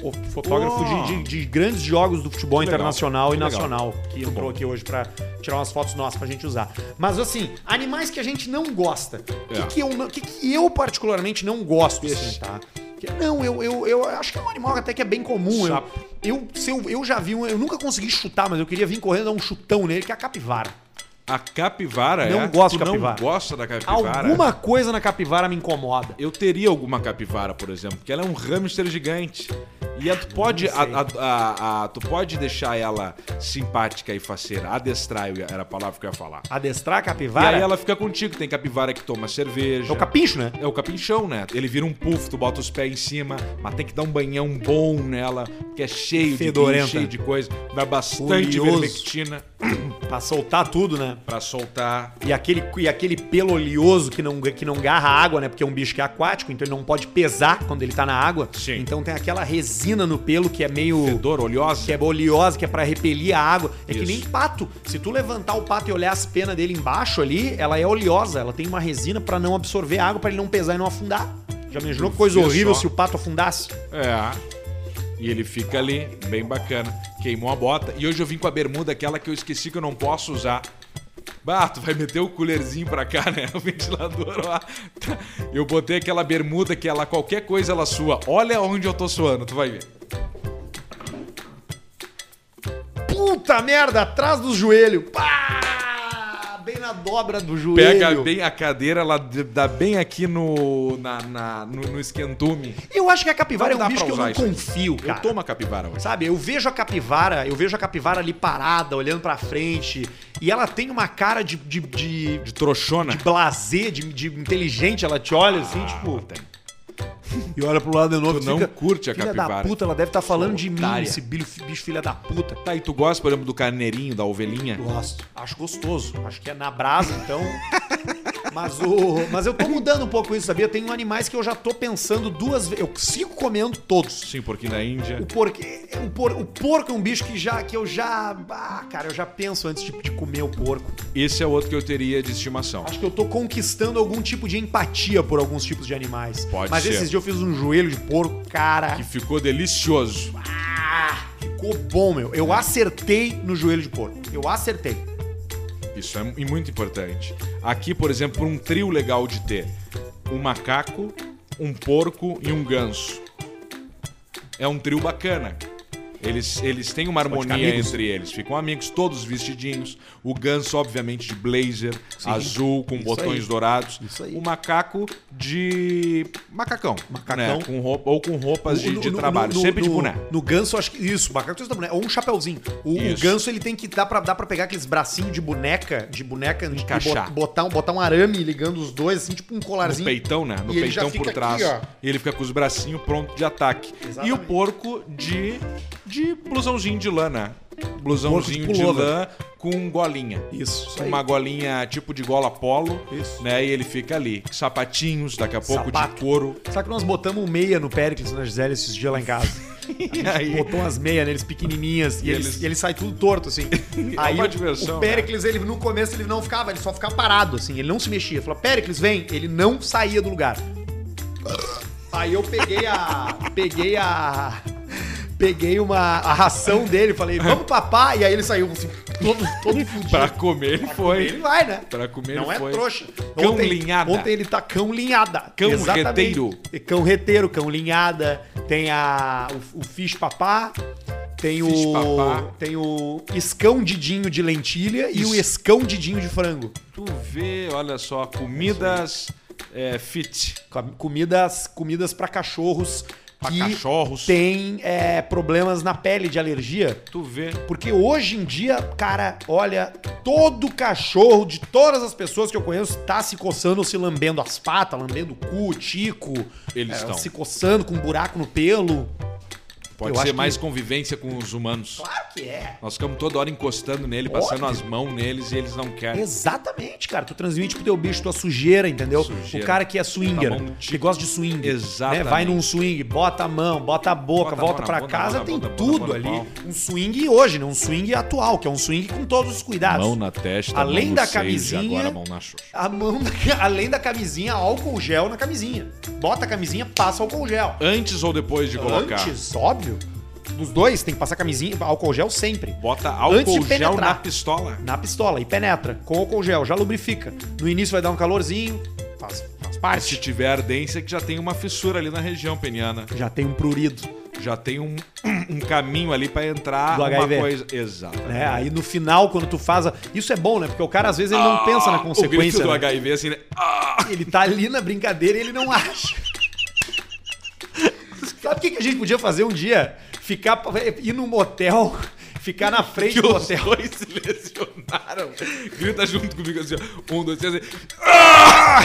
Speaker 1: O fotógrafo
Speaker 2: Oh.
Speaker 1: de, de- de grandes jogos do futebol
Speaker 2: legal,
Speaker 1: internacional
Speaker 2: que
Speaker 1: e
Speaker 2: legal.
Speaker 1: nacional, que entrou
Speaker 2: bom.
Speaker 1: aqui hoje pra tirar umas fotos nossas pra gente usar. Mas assim, animais que a gente não gosta. O
Speaker 2: É.
Speaker 1: que, que eu não- que que eu particularmente não gosto, assim,
Speaker 2: Peixe.
Speaker 1: tá? Que- Não, eu, eu, eu acho que é um animal até que é bem comum. Eu,
Speaker 2: Sapo.
Speaker 1: eu, se eu, eu já vi um. Eu nunca consegui chutar, mas eu queria vir correndo e dar um chutão nele, que é a capivara.
Speaker 2: A capivara
Speaker 1: Não
Speaker 2: é.
Speaker 1: gosto
Speaker 2: tu
Speaker 1: de
Speaker 2: não
Speaker 1: capivara.
Speaker 2: gosta da capivara.
Speaker 1: Alguma coisa na capivara me incomoda.
Speaker 2: Eu teria alguma capivara, por exemplo, porque ela é um hamster gigante. E a- tu pode,
Speaker 1: Não sei.
Speaker 2: a- a- a- a- tu pode deixar ela simpática e faceira. Adestrar eu ia- era a palavra que eu ia falar.
Speaker 1: Adestrar a
Speaker 2: E
Speaker 1: capivara.
Speaker 2: aí ela fica contigo. Tem capivara que toma cerveja.
Speaker 1: É o capincho, né?
Speaker 2: É o capinchão, né? Ele vira um puff, tu bota os pés em cima, mas tem que dar um banhão bom nela, que é cheio
Speaker 1: Fedorenta.
Speaker 2: de cheio de coisa. Dá bastante
Speaker 1: Oleoso.
Speaker 2: vermectina
Speaker 1: Pra soltar tudo, né?
Speaker 2: pra soltar.
Speaker 1: E aquele, e aquele pelo oleoso que não, que não garra água, né? Porque é um bicho que é aquático, então ele não pode pesar quando ele tá na água.
Speaker 2: Sim.
Speaker 1: Então tem aquela resina no pelo que é meio.
Speaker 2: Fedor, oleosa.
Speaker 1: Que é oleosa, que é pra repelir a água. É que
Speaker 2: Isso.
Speaker 1: nem pato. Se tu levantar o pato e olhar as penas dele embaixo ali, ela é oleosa. Ela tem uma resina pra não absorver a água, pra ele não pesar e não afundar. Já imaginou que coisa
Speaker 2: Viu
Speaker 1: horrível
Speaker 2: só?
Speaker 1: se o pato afundasse?
Speaker 2: É. E ele fica ali, bem bacana. Queimou a bota. E hoje eu vim com a bermuda, aquela que eu esqueci que eu não posso usar. Bah, tu vai meter o coolerzinho pra cá, né? <laughs> O ventilador, ó. Tá. Eu botei aquela bermuda que ela, qualquer coisa ela sua. Olha onde eu tô suando, tu vai ver.
Speaker 1: Puta merda, atrás do joelho. Pá! Bem na dobra do joelho.
Speaker 2: Pega bem a cadeira, ela d- dá bem aqui no, na, na- no, no esquentume.
Speaker 1: Eu acho que a capivara
Speaker 2: Não
Speaker 1: é
Speaker 2: dá
Speaker 1: um bicho
Speaker 2: pra
Speaker 1: que eu
Speaker 2: usar
Speaker 1: não
Speaker 2: isso aí.
Speaker 1: confio, cara.
Speaker 2: Eu tomo a capivara hoje.
Speaker 1: Sabe, eu vejo a capivara, eu vejo a capivara ali parada, olhando pra frente, e ela tem uma cara de, de, de,
Speaker 2: De trouxona.
Speaker 1: de blazer, de, de inteligente, ela te olha assim, tipo... E olha pro lado de novo,
Speaker 2: Ah, Tu não curte a
Speaker 1: filha da
Speaker 2: capivara.
Speaker 1: puta, ela deve estar falando de mim,
Speaker 2: Otária.
Speaker 1: esse bicho, bicho filha da puta.
Speaker 2: Tá, e tu gosta, por exemplo, do carneirinho, da ovelhinha?
Speaker 1: Gosto. Acho gostoso. Acho que é na brasa, <laughs> então. Mas, o, mas eu tô mudando um pouco isso, sabia? Tem animais que eu já tô pensando duas vezes. Eu sigo comendo todos.
Speaker 2: Sim, porque na Índia.
Speaker 1: O porco, o, por- o porco é um bicho que já que eu já, ah, cara, eu já penso antes de, de comer o porco.
Speaker 2: Esse é outro que eu teria de estimação.
Speaker 1: Acho que eu tô conquistando algum tipo de empatia por alguns tipos de animais.
Speaker 2: Pode
Speaker 1: Mas
Speaker 2: ser.
Speaker 1: esses dias eu fiz um joelho de porco, cara.
Speaker 2: Que ficou delicioso.
Speaker 1: Ah, ficou bom, meu.
Speaker 2: É.
Speaker 1: Eu acertei no joelho de porco. Eu acertei.
Speaker 2: Isso é mu- e muito importante. Aqui, por exemplo, um trio legal de ter: um macaco, um porco e um ganso. É um trio bacana. Eles, eles têm uma harmonia
Speaker 1: amigos.
Speaker 2: entre eles. Ficam amigos, todos vestidinhos. O ganso, obviamente, de blazer, azul, com botões
Speaker 1: aí.
Speaker 2: dourados.
Speaker 1: Isso aí.
Speaker 2: O macaco de macacão.
Speaker 1: Macacão.
Speaker 2: né? Com roupa, ou com roupas de,
Speaker 1: No-
Speaker 2: de
Speaker 1: no-
Speaker 2: trabalho.
Speaker 1: no-
Speaker 2: Sempre de
Speaker 1: no-
Speaker 2: boné.
Speaker 1: No ganso, acho que. Isso, macaco tem boné. Ou um chapéuzinho. O, o
Speaker 2: Isso.
Speaker 1: ganso, ele tem que. Dá pra, dá pra pegar aqueles bracinhos de boneca, de boneca, de-
Speaker 2: Encaixar.
Speaker 1: e bot- botar, um, botar um arame ligando os dois, assim, tipo um
Speaker 2: No
Speaker 1: colarzinho.
Speaker 2: peitão, né? No
Speaker 1: E ele já
Speaker 2: peitão
Speaker 1: fica
Speaker 2: por trás.
Speaker 1: aqui, ó.
Speaker 2: e ele fica com os bracinhos pronto de ataque.
Speaker 1: Exatamente.
Speaker 2: E o porco de. de blusãozinho de lã, né? Blusãozinho
Speaker 1: Porco de
Speaker 2: de
Speaker 1: pullover.
Speaker 2: lã com golinha.
Speaker 1: Isso, isso
Speaker 2: Com
Speaker 1: aí.
Speaker 2: uma golinha tipo de gola polo,
Speaker 1: Isso.
Speaker 2: né? E ele fica ali. Sapatinhos, daqui a pouco de
Speaker 1: Sapato.
Speaker 2: couro. <laughs>
Speaker 1: Só que nós botamos um meia no Pericles na Gisele esses dias lá em casa.
Speaker 2: <laughs> E aí.
Speaker 1: Botou umas meias neles pequenininhas e,
Speaker 2: E
Speaker 1: eles,
Speaker 2: eles- É
Speaker 1: e ele sai tudo torto,
Speaker 2: <laughs>
Speaker 1: assim. Aí
Speaker 2: uma
Speaker 1: o-
Speaker 2: diversão, né?
Speaker 1: o Pericles, ele no começo, ele não ficava, ele só ficava parado, assim, ele não se mexia. Falou, Pericles, vem. Ele não saía do lugar. Aí eu peguei
Speaker 2: <laughs>
Speaker 1: a. peguei a. Peguei uma a ração dele, falei, vamos papar. E aí ele saiu assim, todo, todo fudido.
Speaker 2: Pra comer ele foi.
Speaker 1: Ele vai, né?
Speaker 2: Pra comer
Speaker 1: Não
Speaker 2: ele
Speaker 1: é
Speaker 2: foi.
Speaker 1: trouxa.
Speaker 2: Cão linhada.
Speaker 1: Ontem ele tá cão linhada.
Speaker 2: Cão
Speaker 1: Exatamente.
Speaker 2: reteiro.
Speaker 1: Cão reteiro, cão linhada. Tem a, o, o Fish Papá. Tem
Speaker 2: Fish
Speaker 1: o.
Speaker 2: papá.
Speaker 1: Tem o escão didinho de lentilha e o
Speaker 2: Isso.
Speaker 1: escão didinho de frango.
Speaker 2: Tu vê, olha só, comidas é, fit.
Speaker 1: Com- Comidas, comidas para cachorros
Speaker 2: Pra
Speaker 1: que
Speaker 2: cachorros.
Speaker 1: têm é, problemas na pele de alergia.
Speaker 2: Tu vê.
Speaker 1: Porque hoje em dia, cara, olha, todo cachorro de todas as pessoas que eu conheço tá se coçando, se lambendo as patas, lambendo o cu, o tico.
Speaker 2: Eles
Speaker 1: é,
Speaker 2: estão.
Speaker 1: Se coçando com um buraco no pelo.
Speaker 2: Pode
Speaker 1: Eu acho
Speaker 2: ser
Speaker 1: que-
Speaker 2: mais convivência com os humanos.
Speaker 1: Claro que é.
Speaker 2: Nós ficamos toda hora encostando nele, passando as mãos neles e eles não querem.
Speaker 1: Exatamente, cara. Tu transmite pro teu bicho tua sujeira, entendeu?
Speaker 2: Sujeira.
Speaker 1: O cara que é swinger,
Speaker 2: Tá bom, tipo-
Speaker 1: que gosta de swing.
Speaker 2: Exatamente.
Speaker 1: Né? Vai num swing, bota a mão, bota a boca,
Speaker 2: Bota a
Speaker 1: volta
Speaker 2: mão na
Speaker 1: pra
Speaker 2: bunda,
Speaker 1: casa,
Speaker 2: mão na
Speaker 1: tem
Speaker 2: bunda, mão na
Speaker 1: tudo
Speaker 2: bunda,
Speaker 1: ali.
Speaker 2: pau.
Speaker 1: Um swing hoje, né? Um swing atual, que é um swing com todos os cuidados.
Speaker 2: Mão na testa,
Speaker 1: Além
Speaker 2: mão no
Speaker 1: da
Speaker 2: seio
Speaker 1: camisinha-
Speaker 2: E agora mão na xoxa.
Speaker 1: A mão, da- além da camisinha, álcool gel na camisinha. Bota a camisinha, passa álcool gel.
Speaker 2: Antes ou depois de colocar?
Speaker 1: Antes, óbvio. Dos dois, tem que passar camisinha, álcool gel sempre.
Speaker 2: Bota
Speaker 1: Antes de
Speaker 2: álcool gel
Speaker 1: penetrar.
Speaker 2: na pistola.
Speaker 1: Na pistola e penetra com álcool gel, já lubrifica. No início vai dar um calorzinho, faz, faz
Speaker 2: Se
Speaker 1: parte.
Speaker 2: tiver ardência, que já tem uma fissura ali na região peniana.
Speaker 1: Já tem um prurido.
Speaker 2: Já tem um, <clears throat> um caminho ali pra entrar
Speaker 1: Do
Speaker 2: uma
Speaker 1: HIV.
Speaker 2: coisa. Exato.
Speaker 1: Né? Aí no final, quando tu faz. a- Isso é bom, né? Porque o cara às vezes ele não pensa na
Speaker 2: Ah, O grito
Speaker 1: consequência.
Speaker 2: do
Speaker 1: né?
Speaker 2: HIV assim, né? Ah!
Speaker 1: <laughs> Ele tá ali na brincadeira e ele não acha. Sabe o que, que a gente podia fazer um dia? Ficar, ir num motel, ficar na frente
Speaker 2: Que
Speaker 1: do
Speaker 2: os
Speaker 1: motel.
Speaker 2: dois se lesionaram. Grita junto comigo assim, ó. Um, dois, três. Assim. Ah!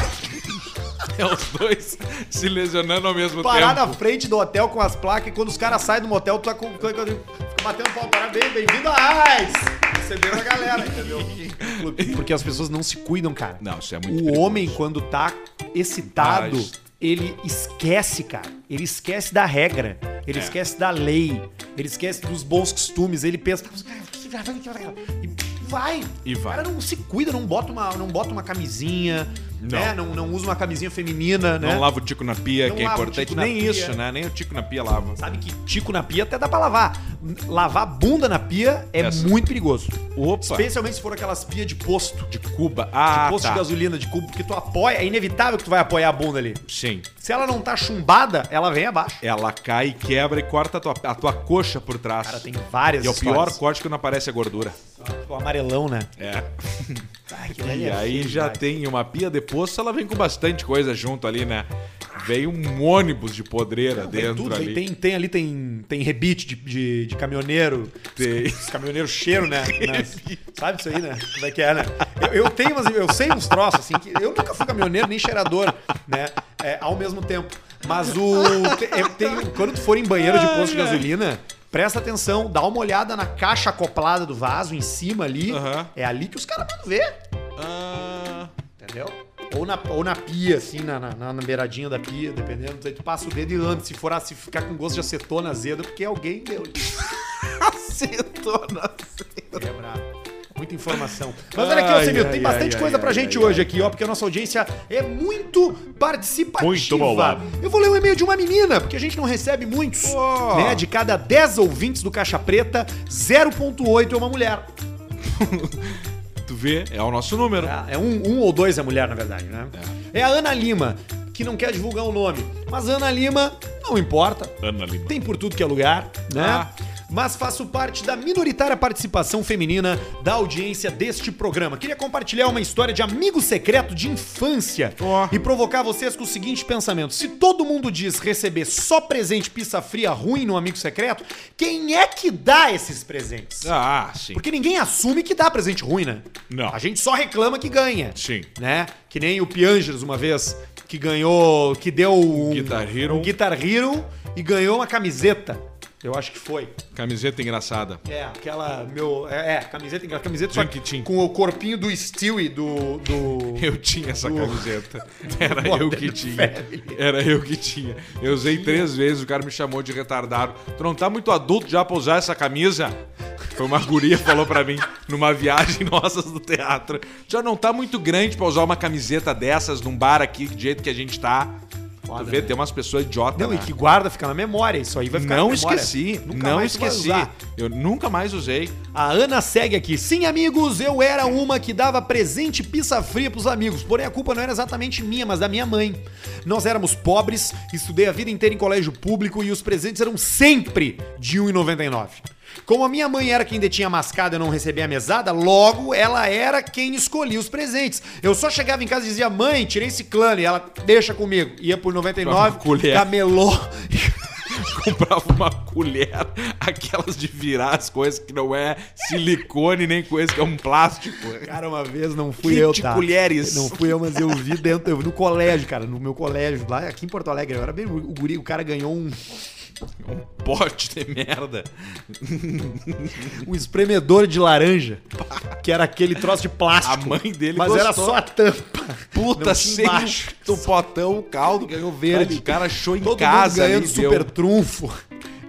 Speaker 2: É os dois se lesionando ao mesmo
Speaker 1: Parar
Speaker 2: tempo.
Speaker 1: na frente do hotel com as placas e quando os caras saem do motel, tu tá com, com- com- batendo palma. Parabéns, bem-vindo a AIS! Recebendo a galera, entendeu? <laughs> Porque as pessoas não se cuidam, cara.
Speaker 2: Não, isso é muito
Speaker 1: o
Speaker 2: perigoso.
Speaker 1: homem, quando tá excitado,
Speaker 2: Mas-
Speaker 1: ele esquece, cara. Ele esquece da regra. Ele
Speaker 2: É.
Speaker 1: esquece da lei. Ele esquece dos bons costumes. Ele pensa. E vai.
Speaker 2: E vai.
Speaker 1: O cara não se cuida, não bota uma, não bota uma camisinha.
Speaker 2: Não.
Speaker 1: Né? Não, não usa uma camisinha feminina, né?
Speaker 2: Não lava o tico na pia,
Speaker 1: Não
Speaker 2: que é
Speaker 1: lava o
Speaker 2: importante.
Speaker 1: tico na
Speaker 2: Nem
Speaker 1: pia.
Speaker 2: isso, né? Nem o tico na pia lava.
Speaker 1: Sabe que tico na pia até dá pra lavar. Lavar bunda na pia é
Speaker 2: Essa.
Speaker 1: muito perigoso.
Speaker 2: Opa!
Speaker 1: Especialmente se for aquelas pias de posto. De
Speaker 2: Cuba. Ah,
Speaker 1: posto
Speaker 2: tá.
Speaker 1: de gasolina, de cubo, porque tu apoia, é inevitável que tu vai apoiar a bunda ali.
Speaker 2: Sim.
Speaker 1: Se ela não tá chumbada, ela vem abaixo.
Speaker 2: Ela cai, e quebra e corta a tua, a tua coxa por trás.
Speaker 1: Cara, tem várias
Speaker 2: e é o pior
Speaker 1: histórias.
Speaker 2: corte que não aparece a gordura.
Speaker 1: O amarelão, né?
Speaker 2: É.
Speaker 1: Ai, que
Speaker 2: E
Speaker 1: velho é
Speaker 2: aí
Speaker 1: feio
Speaker 2: já
Speaker 1: demais.
Speaker 2: tem uma pia de poço, ela vem com bastante coisa junto ali, né? Vem um ônibus de podreira
Speaker 1: Tem
Speaker 2: dentro
Speaker 1: tudo,
Speaker 2: ali.
Speaker 1: Tem, tem, tem ali, tem, tem rebite de, de, de caminhoneiro.
Speaker 2: Tem.
Speaker 1: Os caminhoneiros cheiro,
Speaker 2: <laughs>
Speaker 1: né? Nas- sabe isso aí, né? Como é que é, né? Eu, eu tenho umas, eu sei uns troços, assim, que eu nunca fui caminhoneiro nem cheirador, né? É, ao mesmo tempo. Mas o. te- eu tenho- quando tu for em banheiro de posto de
Speaker 2: Ai, ai.
Speaker 1: gasolina. Presta atenção, dá uma olhada na caixa acoplada do vaso em cima ali.
Speaker 2: Aham.
Speaker 1: É ali que os caras vão ver.
Speaker 2: Ah,
Speaker 1: Entendeu? Ou na, ou na pia, assim, na, na, na- na beiradinha da pia, dependendo. Daí tu passa o dedo e lambe. Se for a- se ficar com gosto de acetona azeda, porque alguém deu.
Speaker 2: <laughs> acetona.
Speaker 1: É brabo. Muita informação. Mas olha aqui, ó,
Speaker 2: Ai,
Speaker 1: Semil,
Speaker 2: ai,
Speaker 1: tem bastante
Speaker 2: ai,
Speaker 1: coisa
Speaker 2: ai,
Speaker 1: pra
Speaker 2: ai,
Speaker 1: gente
Speaker 2: ai,
Speaker 1: hoje aqui, ó, porque a nossa audiência é muito participativa.
Speaker 2: Muito boa.
Speaker 1: Eu vou ler um e-mail de uma menina, porque a gente não recebe muitos.
Speaker 2: Ó.
Speaker 1: Né? De cada 10 ouvintes do Caixa Preta, 0,8 é uma mulher.
Speaker 2: Tu vê? É o nosso número.
Speaker 1: Tá? É um, um ou dois é mulher, na verdade, né? É. a Ana Lima, que não quer divulgar o nome. Mas Ana Lima, não importa.
Speaker 2: Ana Lima.
Speaker 1: Tem por tudo que é lugar, né?
Speaker 2: Ah.
Speaker 1: Mas faço parte da minoritária participação feminina da audiência deste programa. Queria compartilhar uma história de amigo secreto de infância
Speaker 2: Ó.
Speaker 1: e provocar vocês com o seguinte pensamento: se todo mundo diz receber só presente pizza fria ruim no amigo secreto, quem é que dá esses presentes?
Speaker 2: Ah, sim.
Speaker 1: Porque ninguém assume que dá presente ruim, né?
Speaker 2: Não.
Speaker 1: A gente só reclama que ganha.
Speaker 2: Sim.
Speaker 1: Né? Que nem o Piangers uma vez, que ganhou. que deu um.
Speaker 2: Guitar Hero.
Speaker 1: um Guitar Hero e ganhou uma camiseta. Eu acho que foi.
Speaker 2: Camiseta engraçada.
Speaker 1: É, aquela. Meu. É, é, camiseta engraçada. Camiseta só que
Speaker 2: Brinquitim.
Speaker 1: com o corpinho do Stewie do. do...
Speaker 2: Eu tinha essa
Speaker 1: Do-
Speaker 2: camiseta. Era
Speaker 1: Modern
Speaker 2: eu que tinha.
Speaker 1: Family.
Speaker 2: Era eu que tinha. Eu usei três vezes, o cara me chamou de retardado. Tu não tá muito adulto já pra usar essa camisa? Foi uma guria que falou pra mim numa viagem <laughs> nossas do teatro. Já não tá muito grande pra usar uma camiseta dessas num bar aqui, do jeito que a gente tá.
Speaker 1: Foda,
Speaker 2: tu vê,
Speaker 1: né?
Speaker 2: tem umas pessoas idiotas.
Speaker 1: Não, e
Speaker 2: né?
Speaker 1: que guarda, fica na memória. Isso aí vai ficar
Speaker 2: não
Speaker 1: na memória.
Speaker 2: esqueci,
Speaker 1: Nunca
Speaker 2: não
Speaker 1: mais tu vai
Speaker 2: esqueci.
Speaker 1: usar.
Speaker 2: Eu nunca mais usei. <laughs>
Speaker 1: A Ana segue aqui. Sim, amigos, eu era uma que dava presente pizza fria pros amigos, porém a culpa não era exatamente minha, mas da minha mãe. Nós éramos pobres, estudei a vida inteira em colégio público e os presentes eram sempre de um R$ 1,99. Como a minha mãe era quem detinha a mascada e eu não recebia a mesada, logo ela era quem escolhia os presentes. Eu só chegava em casa e dizia, mãe, tirei esse clã e ela, deixa comigo. Ia por 99,
Speaker 2: Com a colher.
Speaker 1: camelô.
Speaker 2: Comprava uma colher, aquelas de virar as coisas que não é silicone, nem coisa que é um plástico.
Speaker 1: Cara, uma vez não fui
Speaker 2: Kit
Speaker 1: eu, tá?
Speaker 2: colheres.
Speaker 1: Não fui eu, mas eu vi dentro, eu vi no colégio, cara, no meu colégio, lá aqui em Porto Alegre, eu era bem o guri, o cara ganhou um,
Speaker 2: Um pote de merda.
Speaker 1: um espremedor de laranja, que era aquele troço de plástico.
Speaker 2: A mãe dele
Speaker 1: Mas era
Speaker 2: gostou.
Speaker 1: só a tampa.
Speaker 2: Puta,
Speaker 1: Não tinha
Speaker 2: sem
Speaker 1: embaixo.
Speaker 2: o potão, o caldo, ganhou
Speaker 1: verde.
Speaker 2: O cara achou em
Speaker 1: Todo
Speaker 2: casa.
Speaker 1: mundo ganhando
Speaker 2: ali,
Speaker 1: super
Speaker 2: deu.
Speaker 1: trunfo,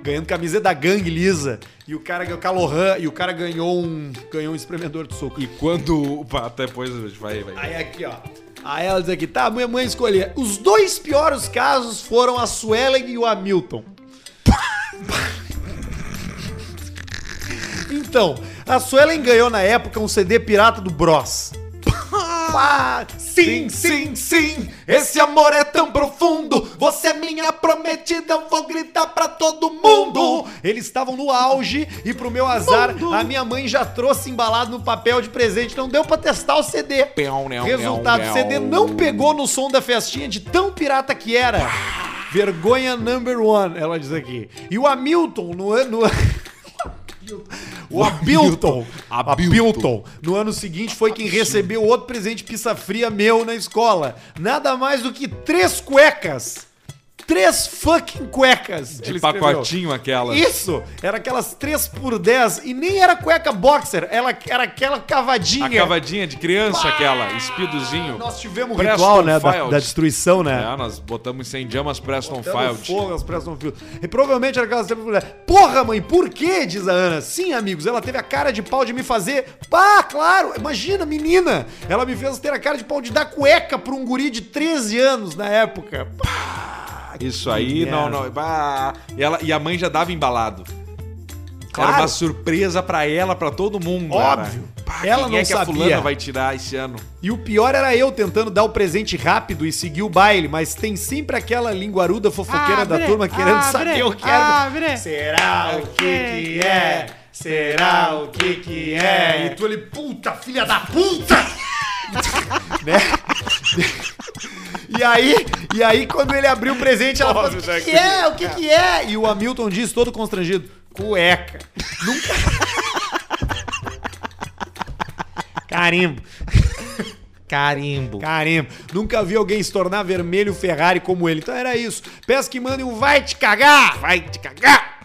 Speaker 1: ganhando camiseta da gangue lisa, e o cara ganhou calorã, e o cara ganhou um, ganhou um espremedor de soco.
Speaker 2: E quando... Pá, até depois a gente vai... vai.
Speaker 1: Aí aqui, ó. Aí ela diz aqui, tá, minha mãe escolher. Os dois piores casos foram a Suelen e o Hamilton. <laughs> Então, a Suelen ganhou na época um CD pirata do Bros. Pá, sim, sim, sim, esse amor é tão profundo. Você é minha prometida, eu vou gritar pra todo mundo. Eles estavam no auge e pro meu azar, a minha mãe já trouxe embalado no papel de presente, não deu pra testar o CD.
Speaker 2: Peão, neão,
Speaker 1: Resultado,
Speaker 2: neão,
Speaker 1: o CD
Speaker 2: neão.
Speaker 1: não pegou no som da festinha de tão pirata que era. Vergonha number one, ela diz aqui. E o Hamilton no ano. O Hamilton. Hamilton. No ano seguinte foi quem recebeu outro presente pizza fria meu na escola. Nada mais do que três cuecas. Três fucking cuecas.
Speaker 2: De
Speaker 1: ele escreveu.
Speaker 2: pacotinho aquela.
Speaker 1: Isso! Era aquelas 3 por 10 e nem era cueca boxer, ela era aquela cavadinha.
Speaker 2: A cavadinha de criança aquela, espidozinho.
Speaker 1: Nós tivemos um
Speaker 2: Preston
Speaker 1: ritual, né? Da,
Speaker 2: Files.
Speaker 1: da destruição, né?
Speaker 2: É, nós botamos incendiamos as É, Preston
Speaker 1: Dando
Speaker 2: Files.
Speaker 1: fogo as Preston Field. E provavelmente era aquelas sempre mulher. Porra, mãe, por quê? Diz a Ana. Sim, amigos, ela teve a cara de pau de me fazer. Pá, claro, imagina, menina. Ela me fez ter a cara de pau de dar cueca pra um guri de 13 anos na época. Pá,
Speaker 2: Isso aí,
Speaker 1: que
Speaker 2: não,
Speaker 1: merda.
Speaker 2: não. bah. E, ela, e a mãe já dava embalado.
Speaker 1: Claro.
Speaker 2: Era uma surpresa pra ela, pra todo mundo.
Speaker 1: Óbvio.
Speaker 2: era. Pá,
Speaker 1: Ela
Speaker 2: quem
Speaker 1: não
Speaker 2: é que a
Speaker 1: sabia.
Speaker 2: fulana vai tirar esse ano?
Speaker 1: E o pior era eu tentando dar o presente rápido e seguir o baile, mas tem sempre aquela linguaruda fofoqueira da turma querendo saber o que era. Será o que que é? Será o que que é? E tu ali, puta, filha da puta! <laughs> né? <laughs> E aí, e aí quando ele abriu o presente, ela falou, o que, que é? O que que é? E o Hamilton diz, todo constrangido, cueca. <laughs> Nunca... <laughs> Carimbo.
Speaker 4: Carimbo.
Speaker 1: Caramba, nunca vi alguém se tornar vermelho Ferrari como ele. Então era isso. Peço que mandem um vai te cagar! Vai te cagar!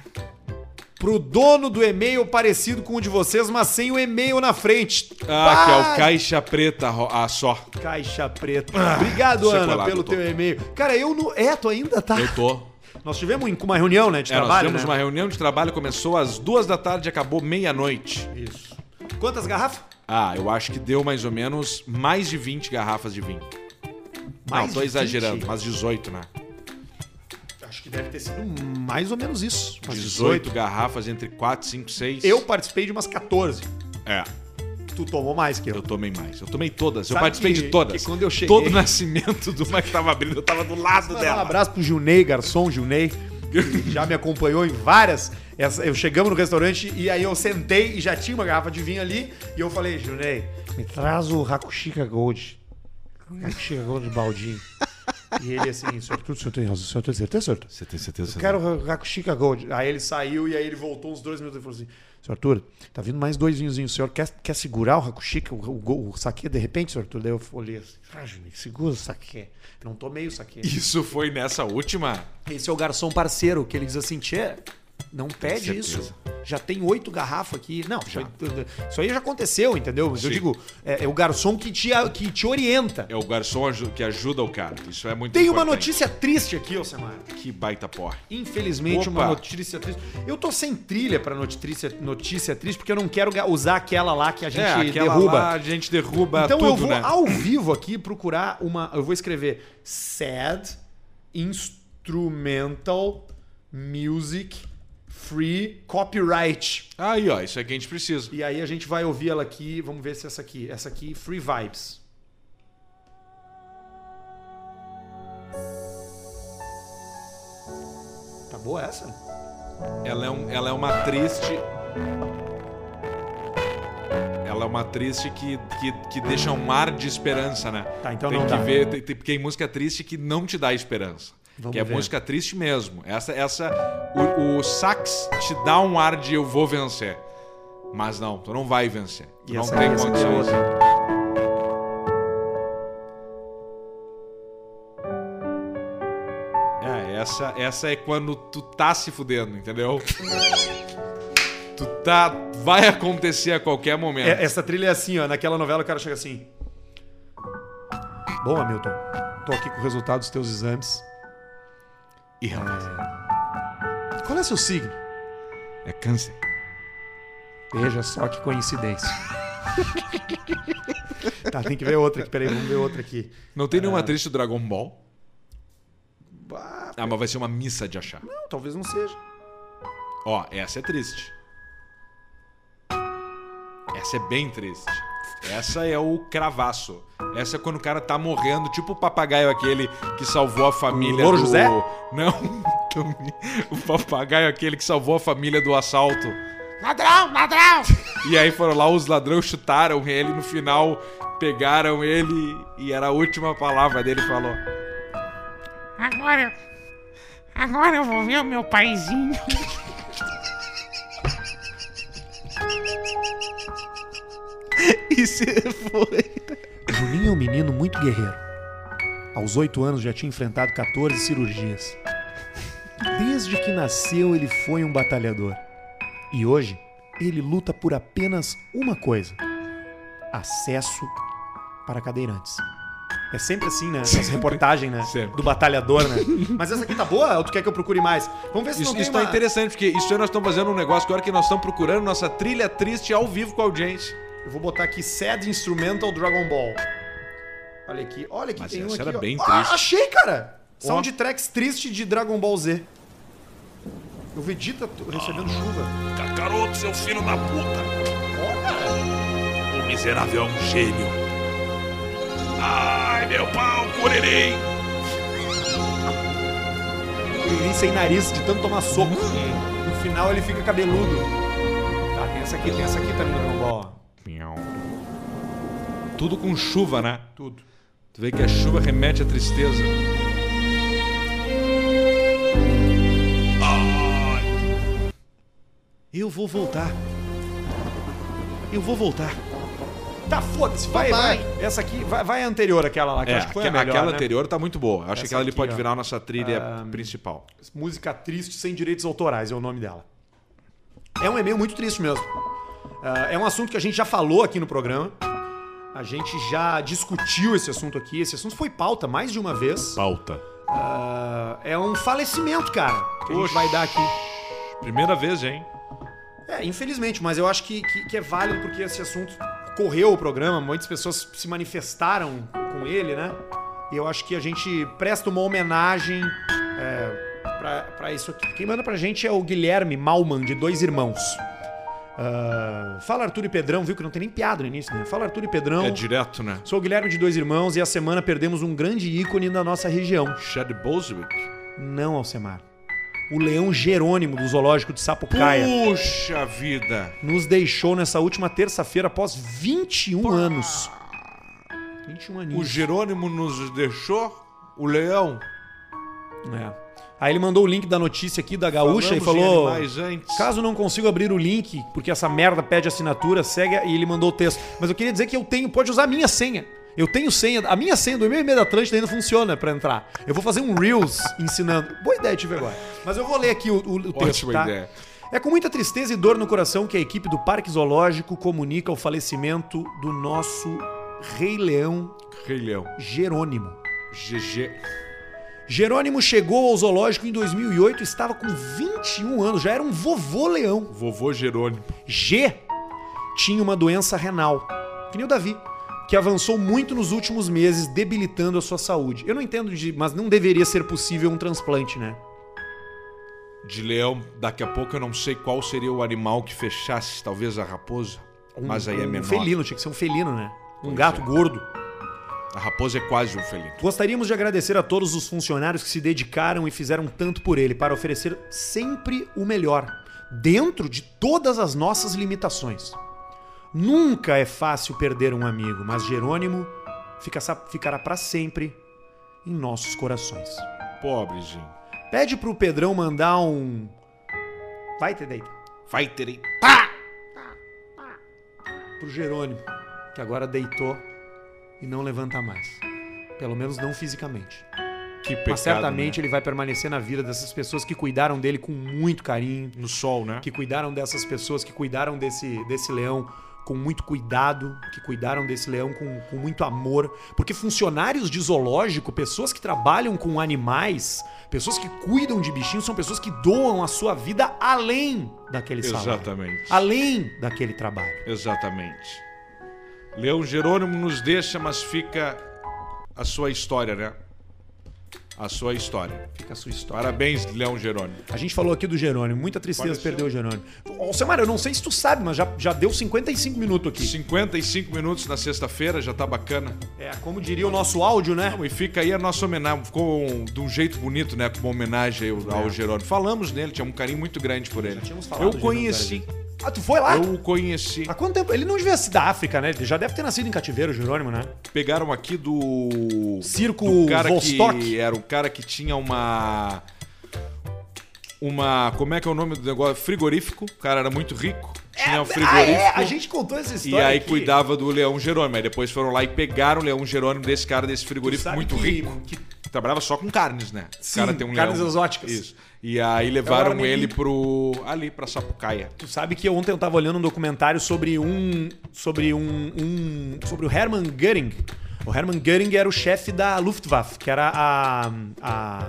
Speaker 1: Pro dono do e-mail parecido com o de vocês, mas sem o e-mail na frente.
Speaker 2: Ah, que é o
Speaker 1: Caixa.
Speaker 2: Caixa Preta ro- ah, só.
Speaker 1: Caixa Preta.
Speaker 2: Ah,
Speaker 1: Obrigado,
Speaker 2: deixa eu
Speaker 1: Ana,
Speaker 2: colar,
Speaker 1: pelo
Speaker 2: doutor.
Speaker 1: teu e-mail. Cara, eu não. É, tu ainda tá.
Speaker 2: Eu tô.
Speaker 1: Nós tivemos em- uma reunião, né? De
Speaker 2: É, nós
Speaker 1: trabalho.
Speaker 2: tivemos
Speaker 1: né?
Speaker 2: uma reunião de trabalho, começou às duas da tarde e acabou meia-noite.
Speaker 1: Isso. Quantas garrafas?
Speaker 2: Ah, eu acho que deu mais ou menos mais de 20 garrafas de vinho.
Speaker 1: Mais
Speaker 2: não, tô
Speaker 1: de 20?
Speaker 2: exagerando, mas 18, né?
Speaker 1: Acho que deve ter sido mais ou menos isso. Umas
Speaker 2: 18 garrafas entre 4, 5, 6.
Speaker 1: Eu participei de umas 14.
Speaker 2: É,
Speaker 1: Tu tomou mais que eu.
Speaker 2: eu tomei mais. Eu tomei todas. eu
Speaker 1: Sabe
Speaker 2: participei
Speaker 1: que-
Speaker 2: de todas.
Speaker 1: que quando eu cheguei-
Speaker 2: Todo o nascimento do uma que tava abrindo, eu tava do lado
Speaker 1: Mandar Um
Speaker 2: dela.
Speaker 1: abraço pro Gilney, garçom Gilney. que Já me acompanhou em várias. Essa- Eu chegamos no restaurante e aí eu sentei e já tinha uma garrafa de vinho ali. E eu falei, Gilney, me traz o Rakushika Gold. Rakushika Gold de baldinho. E ele assim, senhor, tudo, senhor tem razão, senhor tem certeza, senhor?
Speaker 2: Você tem certeza?
Speaker 1: Eu quero o Rakushika Gold. Aí ele saiu e aí ele voltou uns dois minutos e falou assim: Senhor Arthur, tá vindo mais dois vinhozinhos. O senhor quer, quer segurar o Rakushika, o, o, go- o saque de repente, senhor Arthur? Daí eu olhei assim: Ah, Juninho, segura o saque. Não tomei o saque.
Speaker 2: Isso foi nessa última?
Speaker 1: Esse é o garçom parceiro, que ele diz assim, Tchê, não pede
Speaker 2: certeza.
Speaker 1: isso. Já tem oito garrafas aqui. Não, foi- isso aí já aconteceu, entendeu? Mas eu
Speaker 2: Sim.
Speaker 1: digo, é, é o garçom que te, que te orienta.
Speaker 2: É o garçom aju- que ajuda o cara. Isso é muito
Speaker 1: Tem uma
Speaker 2: importante.
Speaker 1: notícia triste aqui, ô Samara.
Speaker 2: Que baita porra.
Speaker 1: Infelizmente, uma
Speaker 2: Opa.
Speaker 1: notícia triste. Eu tô sem trilha pra notícia, notícia triste, porque eu não quero ga- usar aquela lá que a gente
Speaker 2: É, aquela
Speaker 1: derruba.
Speaker 2: lá, a gente derruba
Speaker 1: Então
Speaker 2: tudo,
Speaker 1: eu vou
Speaker 2: né?
Speaker 1: ao vivo aqui procurar uma. Eu vou escrever sad Instrumental Music Free Copyright.
Speaker 2: Aí, ó, isso é que a gente precisa.
Speaker 1: E aí a gente vai ouvir ela aqui, vamos ver se essa aqui, essa aqui Free Vibes. Tá boa essa?
Speaker 2: Ela é, um- ela é uma triste. Ela é uma triste que, que, que deixa um mar de esperança, né?
Speaker 1: Tá, então
Speaker 2: tem
Speaker 1: não
Speaker 2: que
Speaker 1: dá.
Speaker 2: ver, tem, tem- porque tem música triste que não te dá esperança.
Speaker 1: Vamos
Speaker 2: que é
Speaker 1: ver.
Speaker 2: música triste mesmo. Essa, essa o, o sax te dá um ar de eu vou vencer. Mas não, tu não vai vencer. Tu
Speaker 1: E
Speaker 2: não
Speaker 1: essa-
Speaker 2: tem
Speaker 1: essa aqui é
Speaker 2: condições. É, essa, essa é quando tu tá se
Speaker 1: <laughs>
Speaker 2: fudendo, entendeu? tu tá. Vai acontecer a qualquer momento.
Speaker 1: É, essa trilha é assim, ó. Naquela novela o cara chega assim. Bom, Hamilton, tô aqui com o resultado dos teus exames.
Speaker 2: Ih, rapaz,
Speaker 1: Qual é seu signo?
Speaker 2: é câncer.
Speaker 1: Veja só que coincidência. <laughs> tá, tem que ver outra aqui. Peraí, vamos ver outra aqui.
Speaker 2: Não tem nenhuma triste do Dragon Ball?
Speaker 1: Ah. Bah,
Speaker 2: Ah, mas vai ser uma missa de achar.
Speaker 1: não, talvez não seja.
Speaker 2: Ó, essa é triste. Essa é bem triste. Essa é o cravaço. Essa é quando o cara tá morrendo, tipo o papagaio aquele que salvou a família
Speaker 1: Louro
Speaker 2: do...
Speaker 1: José?
Speaker 2: Não, <laughs> também. o papagaio aquele que salvou a família do assalto. Ladrão, ladrão! E aí foram lá, os ladrões chutaram ele, no final pegaram ele e era a última palavra dele, falou...
Speaker 5: Agora. Agora eu vou ver o meu paizinho.
Speaker 4: E se foi.
Speaker 1: Julinho é um menino muito guerreiro. Aos oito anos já tinha enfrentado 14 cirurgias. Desde que nasceu, ele foi um batalhador. E hoje, ele luta por apenas uma coisa: acesso para cadeirantes. É sempre assim, né? As reportagens, né?
Speaker 2: Sempre.
Speaker 1: Do batalhador, né? Mas essa aqui tá boa ou tu quer que eu procure mais? Vamos ver se
Speaker 2: Isso,
Speaker 1: não
Speaker 2: isso
Speaker 1: tem
Speaker 2: tá
Speaker 1: uma...
Speaker 2: interessante, porque isso aí nós estamos fazendo um negócio agora que nós estamos procurando nossa trilha triste ao vivo com a audiência.
Speaker 1: Eu vou botar aqui Sad Instrumental Dragon Ball. Olha aqui, olha que
Speaker 2: Mas
Speaker 1: tem um
Speaker 2: essa
Speaker 1: aqui.
Speaker 2: era
Speaker 1: ó.
Speaker 2: bem
Speaker 1: Ah,
Speaker 2: triste.
Speaker 1: achei, cara! Soundtracks triste de Dragon Ball Z. O Vegeta t- recebendo chuva.
Speaker 6: Cacaroto, seu filho da puta!
Speaker 1: Ó, cara.
Speaker 6: O miserável é um gênio. Ai, meu pau, curerei!
Speaker 1: Ele sem nariz de tanto tomar soco. No final ele fica cabeludo. Tá, tem essa aqui, tem essa aqui também no Dragon Ball. ó.
Speaker 2: Tudo com chuva, né?
Speaker 1: Tudo.
Speaker 2: Tu vê que a chuva remete à tristeza. Eu vou voltar. Eu vou voltar.
Speaker 1: Tá, foda-se, vai, vai, Essa aqui, vai, vai a anterior, aquela lá, que
Speaker 2: É,
Speaker 1: eu acho que foi a
Speaker 2: aquela
Speaker 1: melhor, né?
Speaker 2: anterior tá muito boa. Eu Acho
Speaker 1: Essa
Speaker 2: que aquela ali
Speaker 1: aqui,
Speaker 2: pode
Speaker 1: ó. Ah,
Speaker 2: virar a nossa trilha principal.
Speaker 1: Música Triste Sem Direitos Autorais é o nome dela. É um e-mail muito triste mesmo. Ah, é um assunto que a gente já falou aqui no programa. A gente já discutiu esse assunto aqui. Esse assunto foi pauta mais de uma vez.
Speaker 2: Pauta.
Speaker 1: Ah, é um falecimento, cara, que a gente
Speaker 2: Oxi.
Speaker 1: vai dar aqui.
Speaker 2: Primeira vez, hein?
Speaker 1: É, infelizmente, mas eu acho que, que, que é válido porque esse assunto correu o programa, muitas pessoas se manifestaram com ele, né? E eu acho que a gente presta uma homenagem é, pra, pra isso aqui. Quem manda pra gente é o Guilherme Malman, de Dois Irmãos. Ah, fala Arthur e Pedrão, viu que não tem nem piada no início, né? Fala Arthur e Pedrão.
Speaker 2: É direto, né?
Speaker 1: Sou o Guilherme de Dois Irmãos e a semana perdemos um grande ícone da nossa região.
Speaker 2: Chad Boswick.
Speaker 1: Não, Alcemar. O leão Jerônimo do Zoológico de Sapucaia.
Speaker 2: Puxa vida.
Speaker 1: nos deixou nessa última terça-feira após 21 anos. 21
Speaker 2: O
Speaker 1: aninhos.
Speaker 2: Jerônimo nos deixou? O leão?
Speaker 1: É. Aí ele mandou o link da notícia aqui da Gaúcha
Speaker 2: Falamos
Speaker 1: e falou:
Speaker 2: em animais antes.
Speaker 1: Caso não consiga abrir o link, porque essa merda pede assinatura, segue e ele mandou o texto. Mas eu queria dizer que eu tenho, pode usar a minha senha. Eu tenho senha, a minha senha do meu e-mail da Atlântida ainda funciona pra entrar. Eu vou fazer um Reels ensinando. Boa ideia tive agora. Mas eu vou ler aqui o, o- o texto,
Speaker 2: Ótima
Speaker 1: tá?
Speaker 2: ideia.
Speaker 1: É com muita tristeza e dor no coração que a equipe do Parque Zoológico comunica o falecimento do nosso Rei Leão
Speaker 2: Rei Leão.
Speaker 1: Jerônimo.
Speaker 2: GG.
Speaker 1: Jerônimo chegou ao zoológico em 2008 e estava com 21 anos, já era um vovô leão.
Speaker 2: Vovô Jerônimo.
Speaker 1: G tinha uma doença renal, que nem o Davi, que avançou muito nos últimos meses, debilitando a sua saúde. Eu não entendo de, mas não deveria ser possível um transplante, né?
Speaker 2: De leão, daqui a pouco eu não sei qual seria o animal que fechasse, talvez a raposa.
Speaker 1: Um,
Speaker 2: mas aí é
Speaker 1: um
Speaker 2: menor. é.
Speaker 1: felino, tinha que ser um felino, né? Um gato gordo.
Speaker 2: A raposa é quase um felino.
Speaker 1: Gostaríamos de agradecer a todos os funcionários que se dedicaram e fizeram tanto por ele para oferecer sempre o melhor, dentro de todas as nossas limitações. Nunca é fácil perder um amigo, mas Jerônimo fica sa- ficará para sempre em nossos corações.
Speaker 2: Pobrezinho.
Speaker 1: Pede pro Pedrão mandar um. Vai, Tedeita.
Speaker 2: Vai ter aí.
Speaker 1: Pro Jerônimo, que agora deitou e não levanta mais. Pelo menos não fisicamente.
Speaker 2: Que pecado.
Speaker 1: Mas certamente
Speaker 2: né?
Speaker 1: ele vai permanecer na vida dessas pessoas que cuidaram dele com muito carinho,
Speaker 2: No sol, né?
Speaker 1: que cuidaram dessas pessoas, que cuidaram desse, desse leão com muito cuidado, que cuidaram desse leão com, com muito amor. Porque funcionários de zoológico, pessoas que trabalham com animais, pessoas que cuidam de bichinhos, são pessoas que doam a sua vida além daquele salário.
Speaker 2: Exatamente.
Speaker 1: Além daquele trabalho.
Speaker 2: Exatamente. Leão Jerônimo nos deixa, mas fica a sua história, né? A sua história.
Speaker 1: Fica a sua história.
Speaker 2: Parabéns, Leão Jerônimo.
Speaker 1: A gente falou aqui do Jerônimo, muita tristeza perdeu o Jerônimo. Ô, Samara, eu não sei se tu sabe, mas já, já deu 55 minutos aqui.
Speaker 2: 55 minutos na sexta-feira, já tá bacana.
Speaker 1: É, como diria o nosso áudio, né?
Speaker 2: Não, e fica aí a nossa homenagem. Ficou um- de um jeito bonito, né? Com uma homenagem ao, ao Jerônimo. Falamos nele, tinha um carinho muito grande por ele.
Speaker 1: É. tínhamos falado
Speaker 2: Eu
Speaker 1: do
Speaker 2: conheci.
Speaker 1: Ah, tu foi lá?
Speaker 2: Eu o conheci.
Speaker 1: Há quanto tempo? Ele não devia ser da África, né? Ele já deve ter nascido em cativeiro, Jerônimo, né?
Speaker 2: Pegaram aqui do.
Speaker 1: Circo
Speaker 2: do cara
Speaker 1: Vostok.
Speaker 2: que Era o cara que tinha uma. Uma. Como é que é o nome do negócio? Frigorífico. O cara era muito rico. Tinha um frigorífico.
Speaker 1: Ah, é? A gente contou essa
Speaker 2: E
Speaker 1: história. é
Speaker 2: aí
Speaker 1: aqui.
Speaker 2: cuidava do Leão Jerônimo. Aí depois foram lá e pegaram o Leão Jerônimo desse cara, desse
Speaker 1: Tu
Speaker 2: frigorífico
Speaker 1: sabe
Speaker 2: muito
Speaker 1: que-
Speaker 2: rico.
Speaker 1: que-
Speaker 2: Trabalhava só com carnes, né? O
Speaker 1: Sim, carnes exóticas.
Speaker 2: Isso. E aí
Speaker 1: Agora
Speaker 2: levaram
Speaker 1: nem-
Speaker 2: ele pro. ali, pra Sapucaia.
Speaker 1: Tu sabe que ontem eu tava olhando um documentário sobre um. sobre um. um- sobre o Hermann Göring. O Hermann Göring era o chefe da Luftwaffe, que era a. a-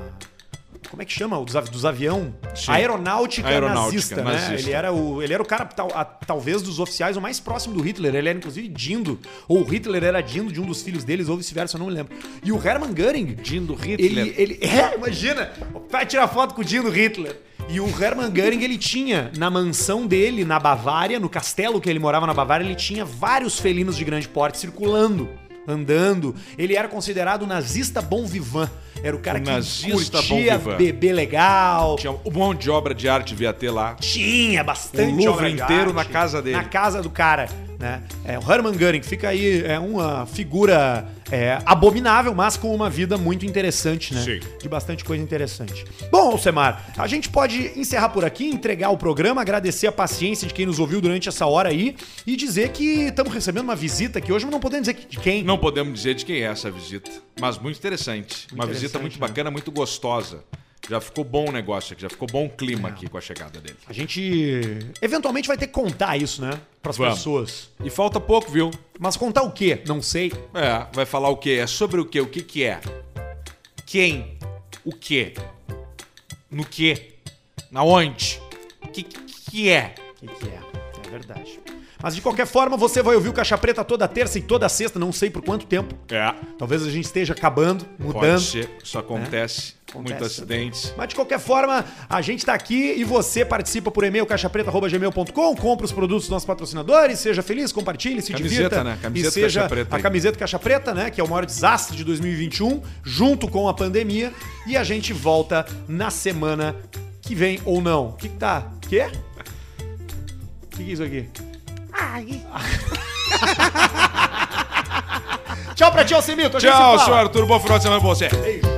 Speaker 1: como é que chama? Dos, av- dos avião?
Speaker 2: Sim.
Speaker 1: A aeronáutica,
Speaker 2: Aeronáutica,
Speaker 1: nazista, né?
Speaker 2: nazista.
Speaker 1: Ele era o, ele era o cara, tal- a- talvez, dos oficiais o mais próximo do Hitler. Ele era, inclusive, Dindo. Ou o Hitler era Dindo de um dos filhos deles, ou vice-versa, eu não me lembro. E o Hermann Göring,
Speaker 2: Dindo Hitler.
Speaker 1: ele, ele, é, imagina, vai tirar foto com o Dino Hitler. E o Hermann Göring, ele tinha, na mansão dele, na Bavária, no castelo que ele morava na Bavária, ele tinha vários felinos de grande porte circulando, andando. Ele era considerado o nazista bom vivant. Era o cara
Speaker 2: O
Speaker 1: que
Speaker 2: nazista
Speaker 1: curtia
Speaker 2: bon vivant.
Speaker 1: beber legal.
Speaker 2: Tinha um monte de obra de arte devia ter lá.
Speaker 1: Tinha bastante
Speaker 2: O Louvre
Speaker 1: obra de
Speaker 2: Um inteiro
Speaker 1: arte.
Speaker 2: na casa dele.
Speaker 1: Na casa do cara, né? É, o Hermann Göring fica aí, é uma figura é, abominável, mas com uma vida muito interessante, né?
Speaker 2: Sim.
Speaker 1: De bastante coisa interessante. Bom, Alcemar, a gente pode encerrar por aqui, entregar o programa, agradecer a paciência de quem nos ouviu durante essa hora aí e dizer que estamos recebendo uma visita que hoje mas não podemos dizer que- de quem.
Speaker 2: Não podemos dizer de quem é essa visita, mas muito interessante. Uma visita
Speaker 1: interessante,
Speaker 2: muito
Speaker 1: né?
Speaker 2: bacana, muito gostosa. Já ficou bom o negócio aqui, já ficou bom o clima aqui com a chegada dele.
Speaker 1: A gente eventualmente vai ter que contar isso, né? Pras
Speaker 2: Vamos.
Speaker 1: pessoas.
Speaker 2: E falta pouco, viu?
Speaker 1: Mas contar o quê? Não sei.
Speaker 2: É, vai falar o quê? É sobre o quê? O que que é? Quem? O quê? No quê? Na onde? O que que é?
Speaker 1: que, que é? É verdade. Mas de qualquer forma, você vai ouvir o Caixa Preta toda terça e toda sexta, não sei por quanto tempo.
Speaker 2: É,
Speaker 1: Talvez a gente esteja acabando,
Speaker 2: pode
Speaker 1: mudando.
Speaker 2: ser. Isso acontece.
Speaker 1: Acontece.
Speaker 2: Muitos acidentes.
Speaker 1: Mas de qualquer forma, a gente tá aqui e você participa por e-mail caixapreta@gmail.com, compra os produtos dos nossos patrocinadores, seja feliz, compartilhe, se
Speaker 2: Camiseta,
Speaker 1: divirta
Speaker 2: né? Camiseta
Speaker 1: e seja
Speaker 2: Caixa Preta
Speaker 1: a
Speaker 2: aí.
Speaker 1: camiseta Caixa Preta, né, que é o maior desastre de 2021, junto com a pandemia, e a gente volta na semana que vem ou não. O que, que tá? Quê? O que que é isso aqui? <laughs>
Speaker 5: Ai.
Speaker 1: Tchau pra ti, Alcimito. A gente se
Speaker 2: Tchau,
Speaker 1: fala.
Speaker 2: senhor Arthur. Bom final de semana pra você.
Speaker 1: Beijo.